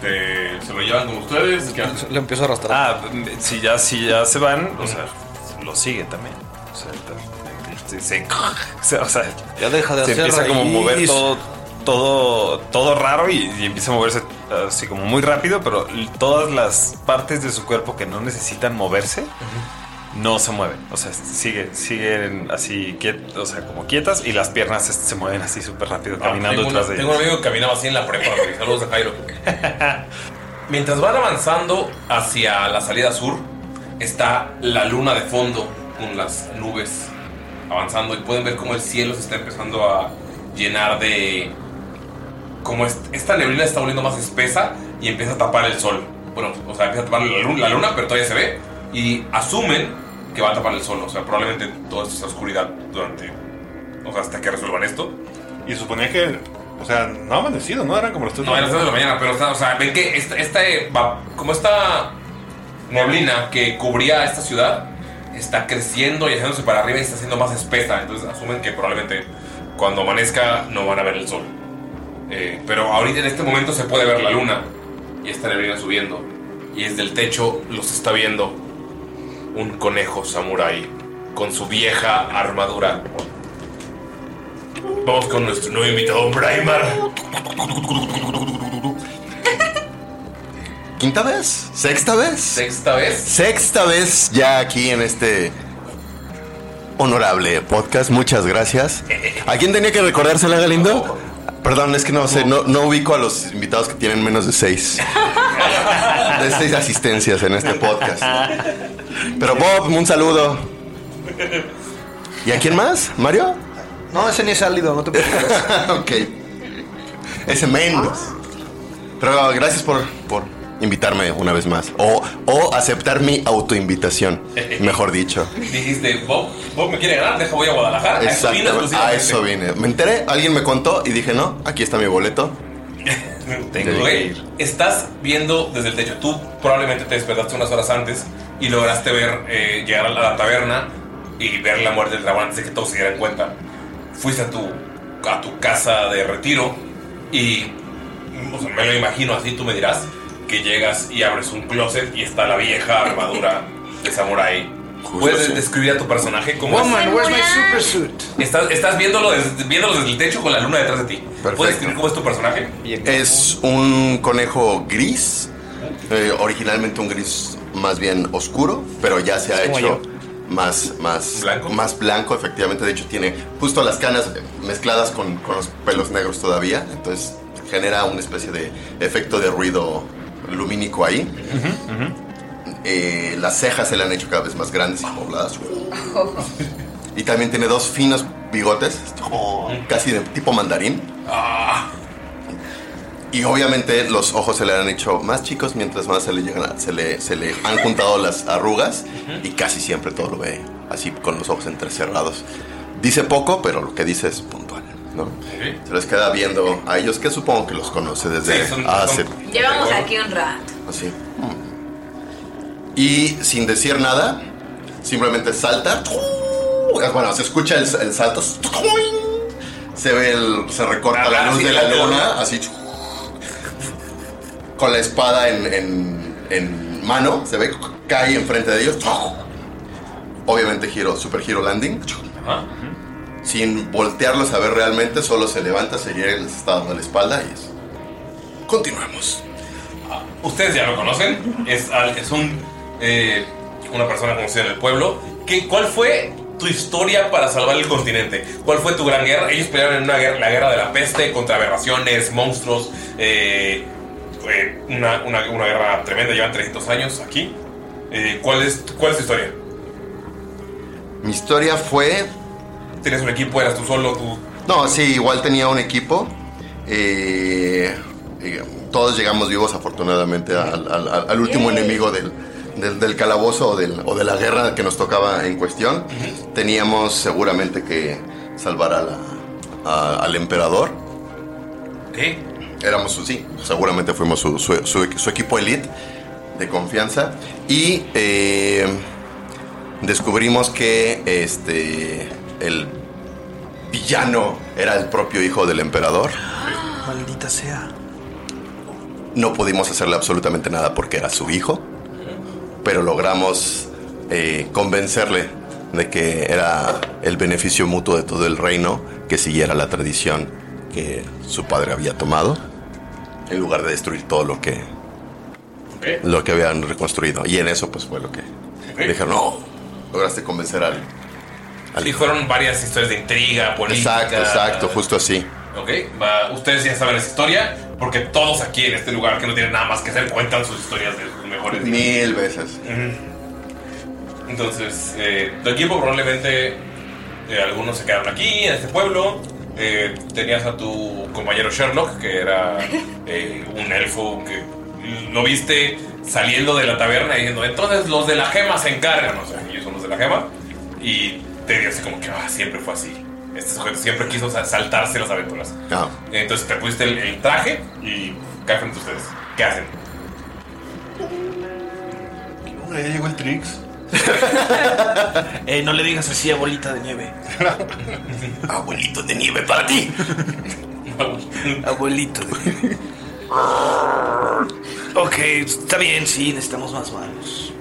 te- se lo llevan con ustedes. ¿Qué haces?
Lo empiezo a arrastrar.
Ah, m- si ya, si ya se van, o sea, lo sigue también. O sea, ta- se, se- se- o sea,
Ya deja de
se
hacer
empieza como a mover
raíz.
todo, todo, todo raro y, y empieza a moverse así como muy rápido, pero l- todas las partes de su cuerpo que no necesitan moverse no se mueven. O sea, sigue, siguen así, quiet- o sea, como quietas y las piernas se- se mueven así súper rápido caminando
Ah, tengo, un-
detrás de
tengo un
ellas.
amigo que caminaba así en la prepa. güey. Saludos a Jairo.
[laughs]
Mientras van avanzando hacia la salida sur, está la luna de fondo con las nubes avanzando y pueden ver cómo el cielo se está empezando a llenar de... Como est- esta neblina está volviendo más espesa y empieza a tapar el sol. Bueno, o sea, empieza a tapar la luna, la luna, pero todavía se ve. Y asumen que va a tapar el sol. O sea, probablemente toda esta oscuridad durante. O sea, hasta que resuelvan esto.
Y suponía que. O sea, no ha amanecido, ¿no? Eran como las tres
No,
de
a
la
las 3 de la mañana, pero, o sea, o sea, ven que esta, esta, eh, va- como esta neblina que cubría esta ciudad está creciendo y haciéndose para arriba y está siendo más espesa. Entonces asumen que probablemente cuando amanezca no van a ver el sol. Eh, pero ahorita en este momento se puede ver la luna y esta neblina subiendo. Y desde el techo los está viendo un conejo samurái con su vieja armadura. Vamos con nuestro nuevo invitado, Braimar.
¿Quinta vez? ¿Sexta vez?
¿Sexta vez?
Sexta vez ya aquí en este honorable podcast. Muchas gracias. ¿A quién tenía que recordársela, Galindo? Perdón, es que no sé, no, no ubico a los invitados que tienen menos de seis. De seis asistencias en este podcast. Pero Bob, un saludo. ¿Y a quién más? ¿Mario?
No, ese ni es
[laughs]
salido, no te preocupes.
ok. Ese menos. Pero gracias por, por invitarme una vez más. O, o aceptar mi autoinvitación, mejor dicho.
Dijiste, Bob, Bob me quiere ganar, deja voy a Guadalajara. A eso vine
Exactamente. A
exclusivamente.
eso vine. Me enteré, alguien me contó y dije, no, aquí está mi boleto.
[laughs] Ok, Estás viendo desde el techo. Tú probablemente te despertaste unas horas antes y lograste ver eh, llegar a la taberna y ver la muerte del dragón antes de que todos se dieran cuenta. Fuiste a tu, a tu casa de retiro y o sea, me lo imagino así, tú me dirás que llegas y abres un closet y está la vieja armadura de samurái. ¿Puedes
sí.
describir a tu personaje como
Woman, where's my super suit?
Estás, estás viéndolo, desde, viéndolo desde el techo con la luna detrás de ti. ¿Puedes describir cómo es tu personaje?
Es un conejo gris, eh, originalmente un gris más bien oscuro, pero ya se ha
Es como
hecho más, más, ¿Blanco? más blanco, efectivamente. De hecho, tiene justo las canas mezcladas con, con los pelos negros todavía, entonces genera una especie de efecto de ruido lumínico ahí. Eh, las cejas se le han hecho cada vez más grandes y pobladas. Y también tiene dos finos bigotes, casi de tipo mandarín. Y obviamente los ojos se le han hecho más chicos mientras más se le llegan a- se le, se le han juntado las arrugas y casi siempre todo lo ve así con los ojos entrecerrados. Dice poco, pero lo que dice es puntual, ¿no? Se les queda viendo a ellos que supongo que los conoce desde hace
Llevamos aquí un rato.
Así. Y sin decir nada, simplemente salta. Bueno, se escucha el, el salto. Se ve el, se recorta la
Ah,
luz de la luna, así. Con la espada en, en- en mano, se ve cae enfrente de ellos. Obviamente giro, super giro landing. Sin voltearlos a ver realmente, solo se levanta, se llega, les está dando la espalda y es- Continuamos.
Ustedes ya lo conocen. Es, al- es un, eh, una persona conocida en el pueblo. ¿Qué, ¿Cuál fue tu historia para salvar el continente? ¿Cuál fue tu gran guerra? Ellos pelearon en una guerra, la guerra de la peste contra aberraciones, monstruos. eh, eh, una, una- una guerra tremenda. Llevan 300 años aquí. Eh, ¿cuál, es, ¿Cuál es tu historia?
Mi historia fue
¿Tienes un equipo? ¿Eras tú solo? ¿Tú
No, sí, igual tenía un equipo. Eh, eh, todos llegamos vivos, afortunadamente, al, al- al- al último enemigo del, del- del calabozo o, del- o de la guerra que nos tocaba en cuestión. Teníamos seguramente que salvar a la- a- al emperador.
¿Qué?
Éramos su, sí, seguramente fuimos su, su- su- su equipo elite de confianza. Y eh, descubrimos que este, el villano era el propio hijo del emperador.
Maldita sea.
No pudimos hacerle absolutamente nada porque era su hijo, pero logramos eh, convencerle de que era el beneficio mutuo de todo el reino que siguiera la tradición que su padre había tomado, en lugar de destruir todo lo que lo que habían reconstruido. Y en eso pues fue lo que dijeron, no, lograste convencer al... al
Sí,
hijo".
fueron varias historias de intriga, política.
Exacto, exacto, justo así.
Ok, va, ustedes ya saben esa historia, porque todos aquí en este lugar que no tienen nada más que hacer cuentan sus historias de sus mejores.
Mil veces.
Ujú. Entonces, eh, tu equipo probablemente eh, algunos se quedaron aquí, en este pueblo. Eh, tenías a tu compañero Sherlock, que era eh, un elfo que lo viste saliendo de la taberna y diciendo, entonces los de la gema se encargan. O sea, ellos son los de la la gema y te dio así como que "Ah, siempre fue así. Este sujeto siempre quiso sa- saltarse las aventuras.
Ah.
Entonces te pusiste el, el traje y cae frente a ustedes. ¿Qué hacen?
Ya llegó el Trix.
[laughs] Eh, no le digas así, abuelita de nieve.
Abuelito de nieve para ti.
Abuelito de nieve. ok, está bien, sí, necesitamos más manos.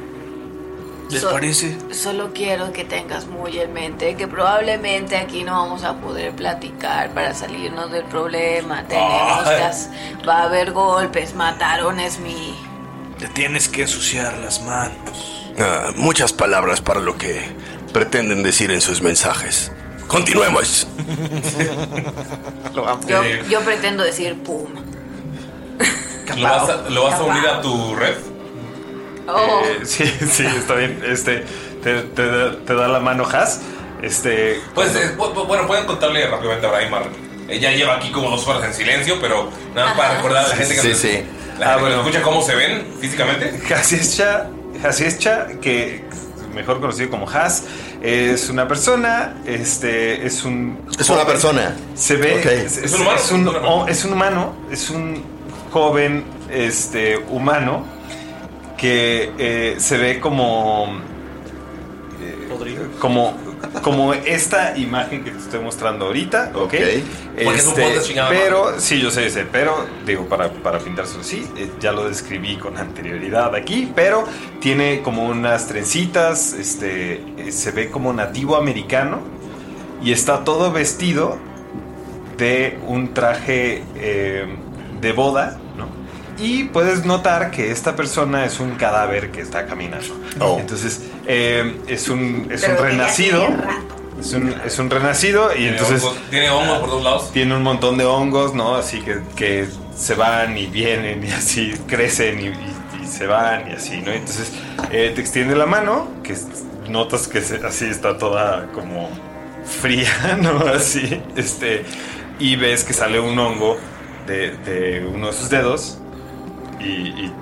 ¿Les
So-
parece?
Solo quiero que tengas muy en mente que probablemente aquí no vamos a poder platicar para salirnos del problema. Tenemos
Ay.
que as- Va a haber golpes, mataron es mi...
Te tienes que ensuciar las manos.
Ah, muchas palabras para lo que pretenden decir en sus mensajes. Continuemos.
Yo,
Eh,
yo pretendo decir pum.
¿Lo vas a, lo vas a unir a tu red?
Oh,
Eh, sí, sí, está bien. Este, te, te da- te da la mano Has. Este,
Pues, eh, bu- bu- bueno, pueden contarle rápidamente a Braimar. Ella lleva aquí como dos horas en silencio, pero nada más para recordar a la gente que nos- la gente que nos escucha cómo se ven físicamente.
Hasiecha, Hasiecha, que mejor conocido como Has, es una persona, este, es un...
Es una persona.
Se ve...
Ok.
Es,
¿Es un humano?
es un, o- es un humano, es un joven este, humano que eh, se ve como... eh, Como, como esta imagen que te estoy mostrando ahorita, ¿ok?
Porque es un
Este,
podcast chingada madre.
pero Sí, yo sé, sé, pero digo, para, para pintárselo así, eh, ya lo describí con anterioridad aquí, pero tiene como unas trencitas, este, eh, se ve como nativo americano y está todo vestido de un traje eh, de boda, ¿no? Y puedes notar que esta persona es un cadáver que está caminando. Entonces, eh, es un, es un
Pero tenía
renacido. Es un, es un renacido y entonces...
hongos- tiene hongos por todos lados.
Tiene un montón de hongos, ¿no? Así que, que se van y vienen y así [laughs] crecen y, y- y se van y así, ¿no? Entonces eh, te extiende la mano, que es- notas que se- así está toda como fría, [laughs] ¿no? Así, este, y ves que sale un hongo de, de uno de sus dedos y, y-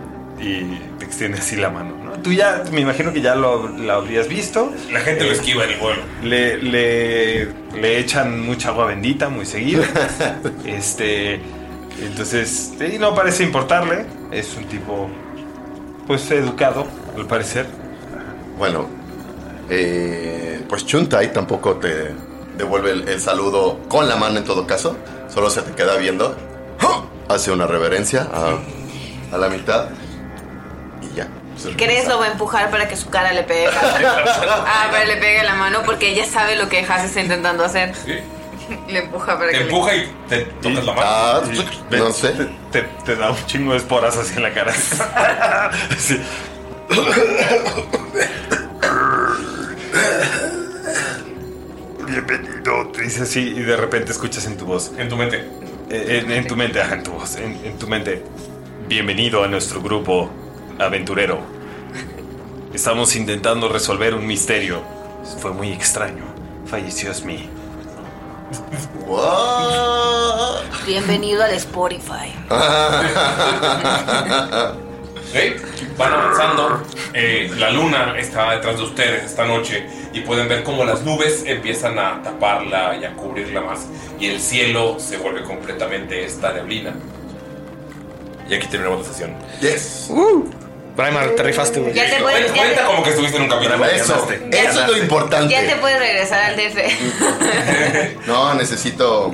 y te extiende así la mano, ¿no? Tú ya, me imagino que ya lo, lo habrías visto.
La gente lo
Eh,
esquiva en el vuelo.
le, le, le echan mucha agua bendita muy seguido. este, entonces, eh, no parece importarle. Es un tipo, pues, educado, al parecer.
Bueno, eh, pues Chuntai tampoco te devuelve el, el saludo con la mano en todo caso, solo se te queda viendo, ¡Ja! hace una reverencia a, a la mitad y ya. se
¿Crees
regresa.
lo va a empujar para que su cara le pegue? [laughs] Ah, pero le pegue la mano porque ella sabe lo que Has está intentando hacer. Le empuja para
Te
que
empuja y te tocas la mano.
Ah, pues, no sé. Te, te- te da un chingo de esporas así en la cara. [laughs] Sí. Bienvenido, te dice así y de repente escuchas en tu voz. eh,
En tu mente.
En, en tu mente, ajá, en tu voz, en, en tu mente. Bienvenido a nuestro grupo aventurero. Estamos intentando resolver un misterio. Fue muy extraño. Falleció Smee.
le... Bienvenido al Spotify.
Ok, Van avanzando. Eh, la luna está detrás de ustedes esta noche y pueden ver cómo las nubes empiezan a taparla y a cubrirla más. Y el cielo se vuelve completamente esta neblina. Y aquí terminamos la sesión.
Yes.
Uh.
Braimar, te rifaste, güey.
Ya te voy-
Cuenta-
ya
Cuenta
te-
como que estuviste en un capítulo.
Eso, eso es lo
Ya te
importante.
puedes regresar al DF.
No, necesito...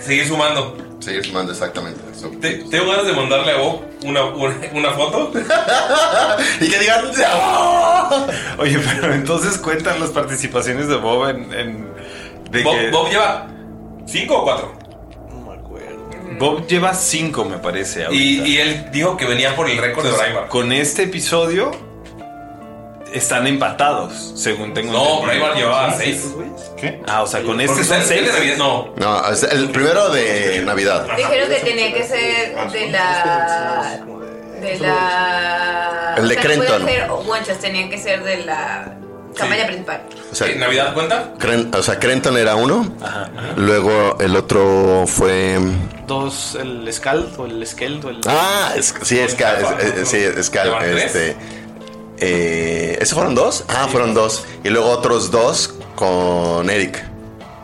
Seguir sumando.
Seguir sumando, exactamente. eso.
Te- Tengo ganas de mandarle a vos una, una, una foto.
y que digan.
[laughs] Oye, pero entonces cuentan las participaciones de Bob en. en- de
Bob-
que-
Bob lleva cinco o cuatro.
Bob lleva cinco, me parece.
Y, y él dijo que venía por el récord de
Entonces,
Braimar.
Con este episodio están empatados, según tengo
No, Braimar llevaba
¿Son
seis.
¿Qué? Ah, o sea, con este
Porque
son
ustedes-
seis.
ustedes no.
No, es el primero de Navidad.
Dijeron que tenía que ser de la. De la.
El
o sea,
de
no
Crenton.
podían ser guanchas, tenían que ser de la campaña principal.
O sea,
¿Navidad cuenta?
Cren- o sea, Crenton era uno. Luego el otro fue.
Dos, el Scald o el Skeld o el.
Ah, es- sí, es Cal. es- es- sí, es Cal.
¿Llevan tres?
Este, Eh, ¿Esos fueron dos? Ah, fueron dos. Y luego otros dos con Eric,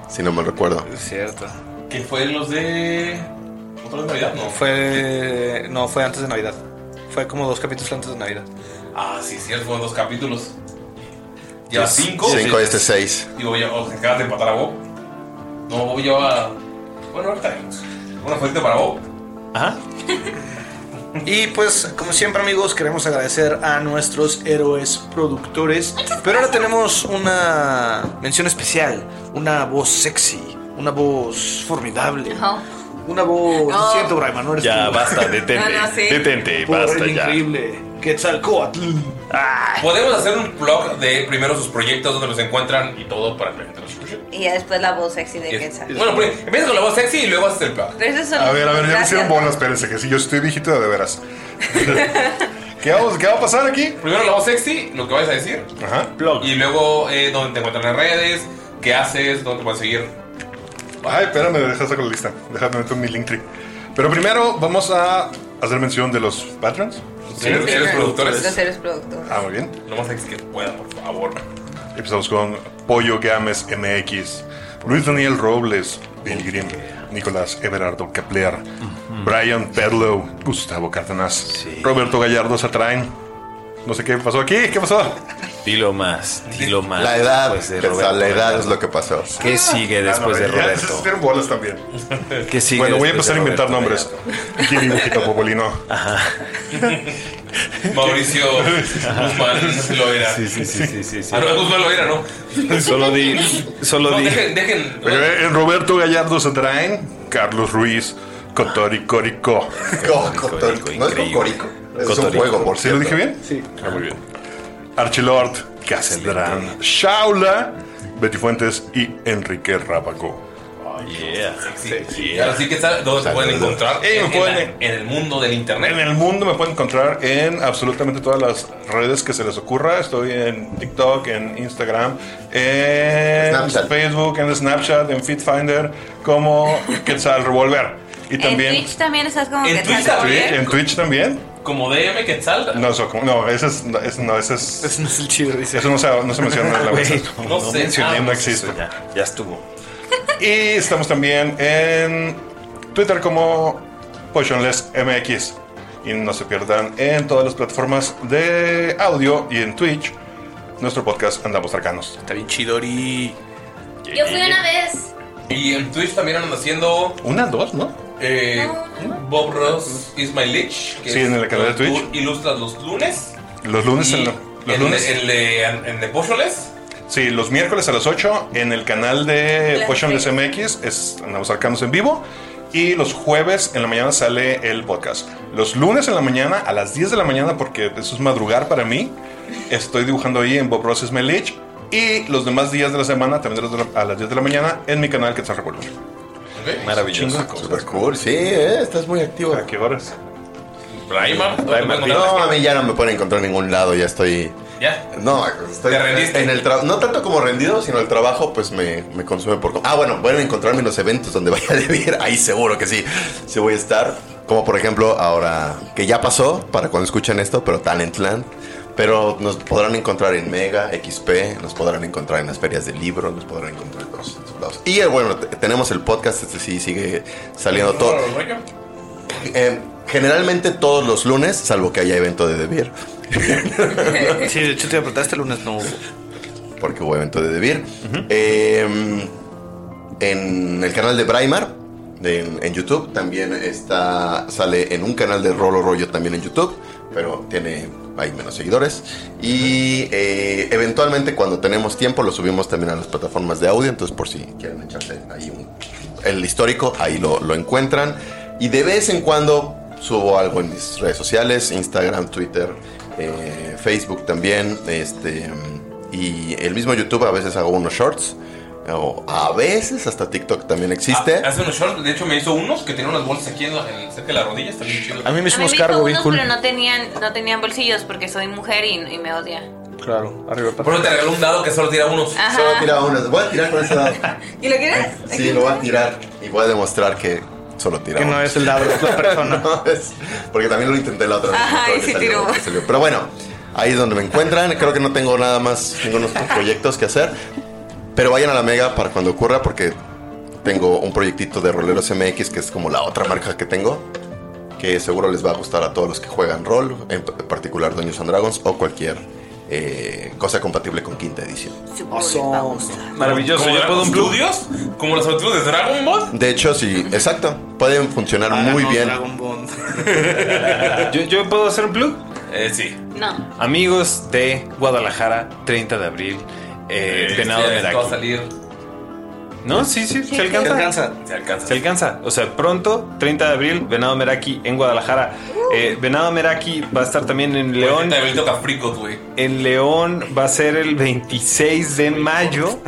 si no me recuerdo.
Es cierto.
Que fue los de. ¿Otra vez Navidad? No.
Fue. No, fue antes de Navidad. Fue como dos capítulos antes de Navidad.
Ah, sí, sí, fueron dos capítulos. Ya
Sí,
cinco.
cinco,
Sí.
este seis.
Y voy a. O sea, acabas de empatar a Bob. No, Bob lleva. Bueno, ahorita. vemos. Una fuente para Bob.
Ajá. Y pues, como siempre, amigos, queremos agradecer a nuestros héroes productores. Pero ahora tenemos una mención especial, una voz sexy, una voz formidable. Una
No.
voz. Lo siento, Brian, no eres
Ya,
tú.
basta, detente,
No, no, sí.
detente,
Por
basta
el
ya.
increíble Quetzalcóatl.
Podemos hacer un blog de primero sus proyectos, donde los encuentran y todo para que la gente los escuche.
Y ya después la voz sexy de
Es-
Quetzal.
Bueno, pues empieza con la voz sexy y luego haces el blog.
Pero eso son-
A ver, a ver, ya me
Gracias.
hicieron bolas, espérense, que si yo estoy viejito de veras. ¿Qué, vamos- ¿Qué va a pasar aquí?
Primero la voz sexy, lo que vayas a decir.
Ajá.
Y luego eh, donde te encuentran en redes, qué haces, dónde te puedes seguir.
Ay, espérame, déjame sacar la lista. Déjame meter mi link tree. Pero primero vamos a hacer mención de los patrons.
Los seres productores.
Los seres productores.
Ah, muy bien.
Lo más sexy que pueda, por favor.
[laughs] Empezamos con Pollo Games MX, Luis Daniel Robles, Bill Grimm, Nicolás Everardo Kepler, Brian Pedlow, Gustavo Cárdenas, Roberto Gallardo Satrain. No sé qué pasó aquí, ¿qué pasó?
Dilo más, dilo más.
La edad, Quetzal, la edad
Gallardo.
es lo que pasó.
¿Qué sigue después Pues de
Ah, no, ya,
Roberto?
se hicieron bolas también.
¿Qué sigue
bueno, voy a
después
empezar a
de
inventar
Roberto
nombres. Aquí dibujito Popolino.
Mauricio Guzmán Loera.
Sí, sí, sí, sí, sí, sí.
Ah, no, Guzmán Loera, no.
Solo di,
[laughs]
solo
No,
di.
dejen, dejen.
Pero, eh, Roberto Gallardo Satrain, Carlos Ruiz, Cotoricorico.
Cotorico, no es Cocorico. Es un juego, por
¿Sí lo dije
cierto.
bien?
Sí.
Ah, muy bien. Archilord, Castellán, Shaula, Betty Fuentes y Enrique Rábago.
Oh, yeah. Sexy. Ahora sí que está, ¿dónde te pueden encontrar?
Eh, me
en,
pueden-
en la- en el mundo del internet.
En el mundo me pueden encontrar en absolutamente todas las redes que se les ocurra. Estoy en TikTok, en Instagram, en
Snapchat.
Facebook, en Snapchat, en FitFinder, como Quetzal Revolver. Y también
En Twitch también estás como
en
Quetzal.
Twitch,
Javier.
en Twitch también.
Como DM Quetzal.
No, eso, como- no, ese es, no, ese no, ese es.
no es el chido, dice.
Eso no se, no se menciona en la
[laughs] Güey,
web.
no, No no sé, Ah, pues, mencionemos
no
vamos,
existe.
eso
Ya,
estuvo.
Y estamos también en Twitter como PotionlessMX. Y no se pierdan en todas las plataformas de audio y en Twitch nuestro podcast Andamos Arcanos.
Está bien chidori.
Yo fui una vez.
Y en Twitch también andan haciendo.
Una, dos, ¿no?
Eh, Bob Ross is my leech. que
Sí, en el canal de
los-
Twitch.
tú Ilustras los lunes.
Los lunes
Y
en la- los
el-
lunes.
El de, en de Potionless.
Sí, los miércoles a las 8 en el canal de
Las
Potionless MX es Andamos Arcanos en vivo. Y los jueves en la mañana sale el podcast. Los lunes en la mañana, a las 10 de la mañana, porque eso es madrugar para mí, estoy dibujando ahí en Bob Ross is My Leech. Y los demás días de la semana, también de las- a las 10 de la mañana, en mi canal que está Revolver.
Maravilloso.
Super cool, sí, eh, estás muy activo.
¿A qué horas?
Primer.
No, a mí ya no me pueden encontrar en ningún lado, ya estoy.
Ya.
No, estoy en el trabajo. No tanto como rendido, sino el trabajo, pues me, me consume por. com- Ah, bueno, pueden encontrarme en los eventos donde [laughs] vaya a vivir. Ahí seguro que sí. Sí voy a estar. Como por ejemplo, ahora que ya pasó para cuando escuchan esto, pero Talentland. Pero nos podrán encontrar en Mega, XP, nos podrán encontrar en las ferias de libros, nos podrán encontrar en todos estos lados. Y eh, bueno, te- tenemos el podcast, este sí sigue saliendo todo. Eh, generalmente todos los lunes, salvo que haya evento de Debir.
sí, de hecho te apretaste el lunes, no hubo.
Porque hubo evento de Debir. Eh, en el canal de Braimar, de- en, en YouTube, también está, sale en un canal de Rolo Rollo también en YouTube, pero tiene ahí menos seguidores. Y eh, eventualmente cuando tenemos tiempo lo subimos también a las plataformas de audio, entonces por si quieren echarse ahí un el histórico, ahí lo, lo encuentran. Y de vez en cuando subo algo en mis redes sociales, Instagram, Twitter, eh, Facebook también. Este, y el mismo YouTube a veces hago unos shorts. o a veces hasta TikTok también existe.
Ah, Hace unos shorts. De hecho, me hizo unos que tenía unas bolsas aquí en la, en- cerca de las rodillas. Está bien chido.
A mí me
A
hizo
mí me
unos
hizo
cargo, bien
unos,
cool.
pero no tenían, no tenían bolsillos porque soy mujer y, y me odia.
Claro, arriba para
Por eso te regaló un dado que solo tira unos.
Ah.
Ajá. Solo tira unos.
Voy a tirar con ese dado.
[laughs]
¿Y lo quieres?
Sí, lo voy a tirar y voy a demostrar que solo tiraba.
Que no es el dado, es la
[laughs] persona. porque también lo intenté la otra vez.
Ajá,
creo
y
que
sí
salió-
tiró.
que salió. Pero bueno, Ahí es donde me encuentran. Creo que no tengo nada más, ningunos proyectos que hacer. Pero vayan a la Mega para cuando ocurra, porque tengo un proyectito de Roleros MX, que es como la otra marca que tengo, que seguro les va a gustar a todos los que juegan rol, en p- en particular Dungeons and Dragons o cualquier eh, cosa compatible con quinta edición.
Maravilloso. ¿Como
¿ya puedo
Dragon
un plus?
Studios? ¿Como los aventuras de Dragon Ball?
De hecho, sí, exacto. Pueden funcionar muy bien.
[laughs] ¿Yo, yo puedo hacer un plug?
Eh, sí.
No.
Amigos de Guadalajara, 30 de abril, eh,
Eh,
Venado
sí,
de
esto va a
Meraki.
salir.
No, sí, sí,
Sí,
se
se
alcanza.
alcanza. Se alcanza.
Se alcanza. O sea, pronto, 30 de abril, Venado Meraki en Guadalajara.
Uh.
Eh, Venado Meraki va a estar también en León.
Ahorita toca Fricot, güey.
En León va a ser el 26 de mayo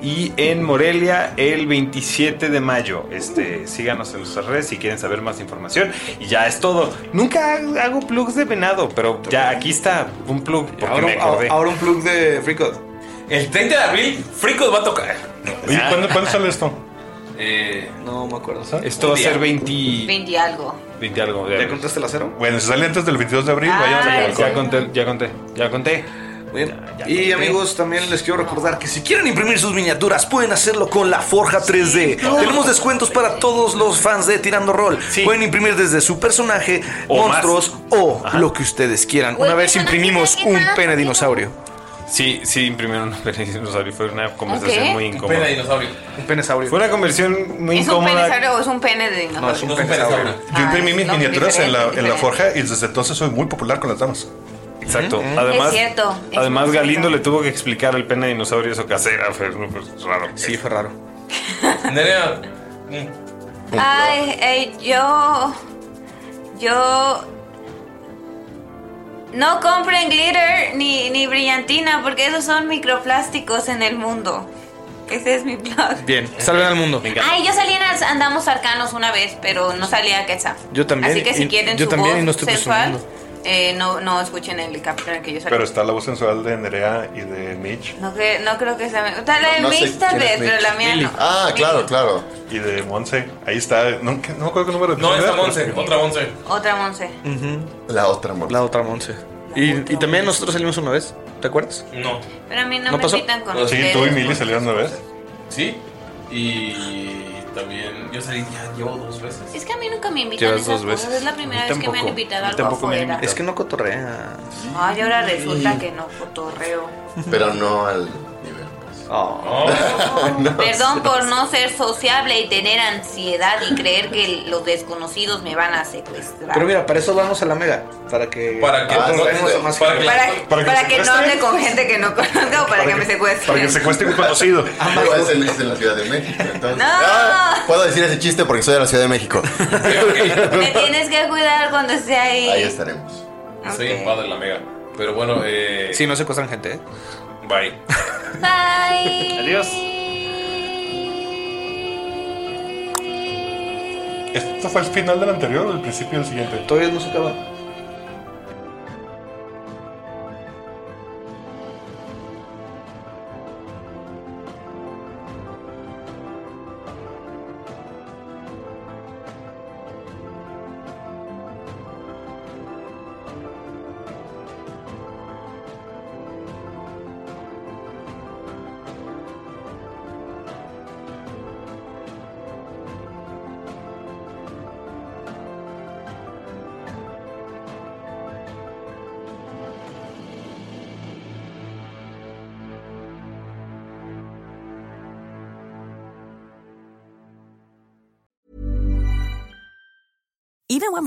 y en Morelia el 27 de mayo. Este, síganos en nuestras redes si quieren saber más información. Y ya es todo. Nunca hago plugs de venado, pero ya aquí está un plug porque
Ahora-
me acordé.
ahora un plug de Freecode.
El 30 de abril, Fricot va a tocar. Eh,
Oye, ¿cuándo, cuándo sale esto?
no me acuerdo.
Esto va a ser 20,
20 algo.
20 algo.
¿Ya contaste la cero?
Bueno, si sale antes del 22 de abril,
Ah,
vayan a
el
la
Ya conté, ya conté, ya conté.
Y amigos, también les quiero recordar que si quieren imprimir sus miniaturas, pueden hacerlo con la Forja 3D. Tenemos descuentos para todos los fans de Tirando Roll. Pueden imprimir desde su personaje,
O más.
monstruos o lo que ustedes quieran. Una vez imprimimos un pene dinosaurio.
Sí, sí, imprimieron un pene dinosaurio. Fue una conversación
Ok.
muy
Un
incómoda.
pene dinosaurio.
Un penesaurio. Fue una conversión muy
¿Es un
incómoda.
pene o es un pene de dinosaurio?
Yo imprimí mis
no,
miniaturas en la,
diferente,
en la
diferente.
forja y desde entonces soy muy popular con las damas.
Exacto.
Ujú.
Además,
Es cierto, es
además
muy cierto.
Galindo le tuvo que explicar el pene dinosaurio eso casera. Fue fue
pues,
raro. Sí, fue raro.
Nerea. mm,
Ay, eh, yo. Yo. No compren glitter ni, ni brillantina porque esos son microplásticos en el mundo. Ese es mi plan.
Bien, salven al mundo.
Ay, yo salí en as- Andamos Arcanos una vez, pero no salí a Quetzal.
Yo también,
Así que si
y-
quieren
yo
su
también,
voz
y no estoy
sensual, eh, no, no escuchen el capítulo en el que yo salí.
Pero está la voz sensual de Nerea y de Mitch.
No, cre- no creo que sea... mi- Tal vez
No sé
Mitch, tal
quién es
vez, pero
Mitch.
la mía no.
Ah, claro, claro. Y de Monse. Ahí está. No, que- no me acuerdo qué número.
No, esta Monse, otra Monse.
Otra Monse.
La otra Monse.
La otra Monse. Y, y también nosotros salimos una vez, ¿te acuerdas?
No.
Pero a mí no, me
¿No pasó?
invitan con
No, sí,
ustedes.
tú y
Mili salieron una vez.
Sí. Y también yo salí ya llevo dos veces.
Es que a mí nunca me invitan
Llevas
esas
dos
cosas.
veces.
Es la primera
A
vez
mí
que me han
tampoco.
invitado
A mí
algo
tampoco me han
afuera.
invitado. Es que no cotorrea.
Ay, ahora resulta que no cotorreo.
Pero no al nivel.
Oh.
No,
Perdón
sí.
por no ser sociable y tener ansiedad y creer que los desconocidos me van a secuestrar.
Pero mira, para eso vamos a la mega. Para que.
Para que-
cotorreemos
para-
a más
para-
gente.
para, para que no hable con gente que no conozca o para, que, me secuestren.
secuestre un conocido.
Digo, es, en, es en la Ciudad de México. entonces-
No.
Ah, Puedo decir ese chiste porque soy de la Ciudad de México.
[laughs] Me tienes que cuidar cuando esté ahí.
Ahí estaremos.
Estoy en paz de la mega. Pero bueno, eh.
Sí, no secuestran gente, ¿eh?
Bye.
Bye.
Adiós.
¿Esto fue el final del anterior o el principio del siguiente?
Todavía no se acaba.
Even when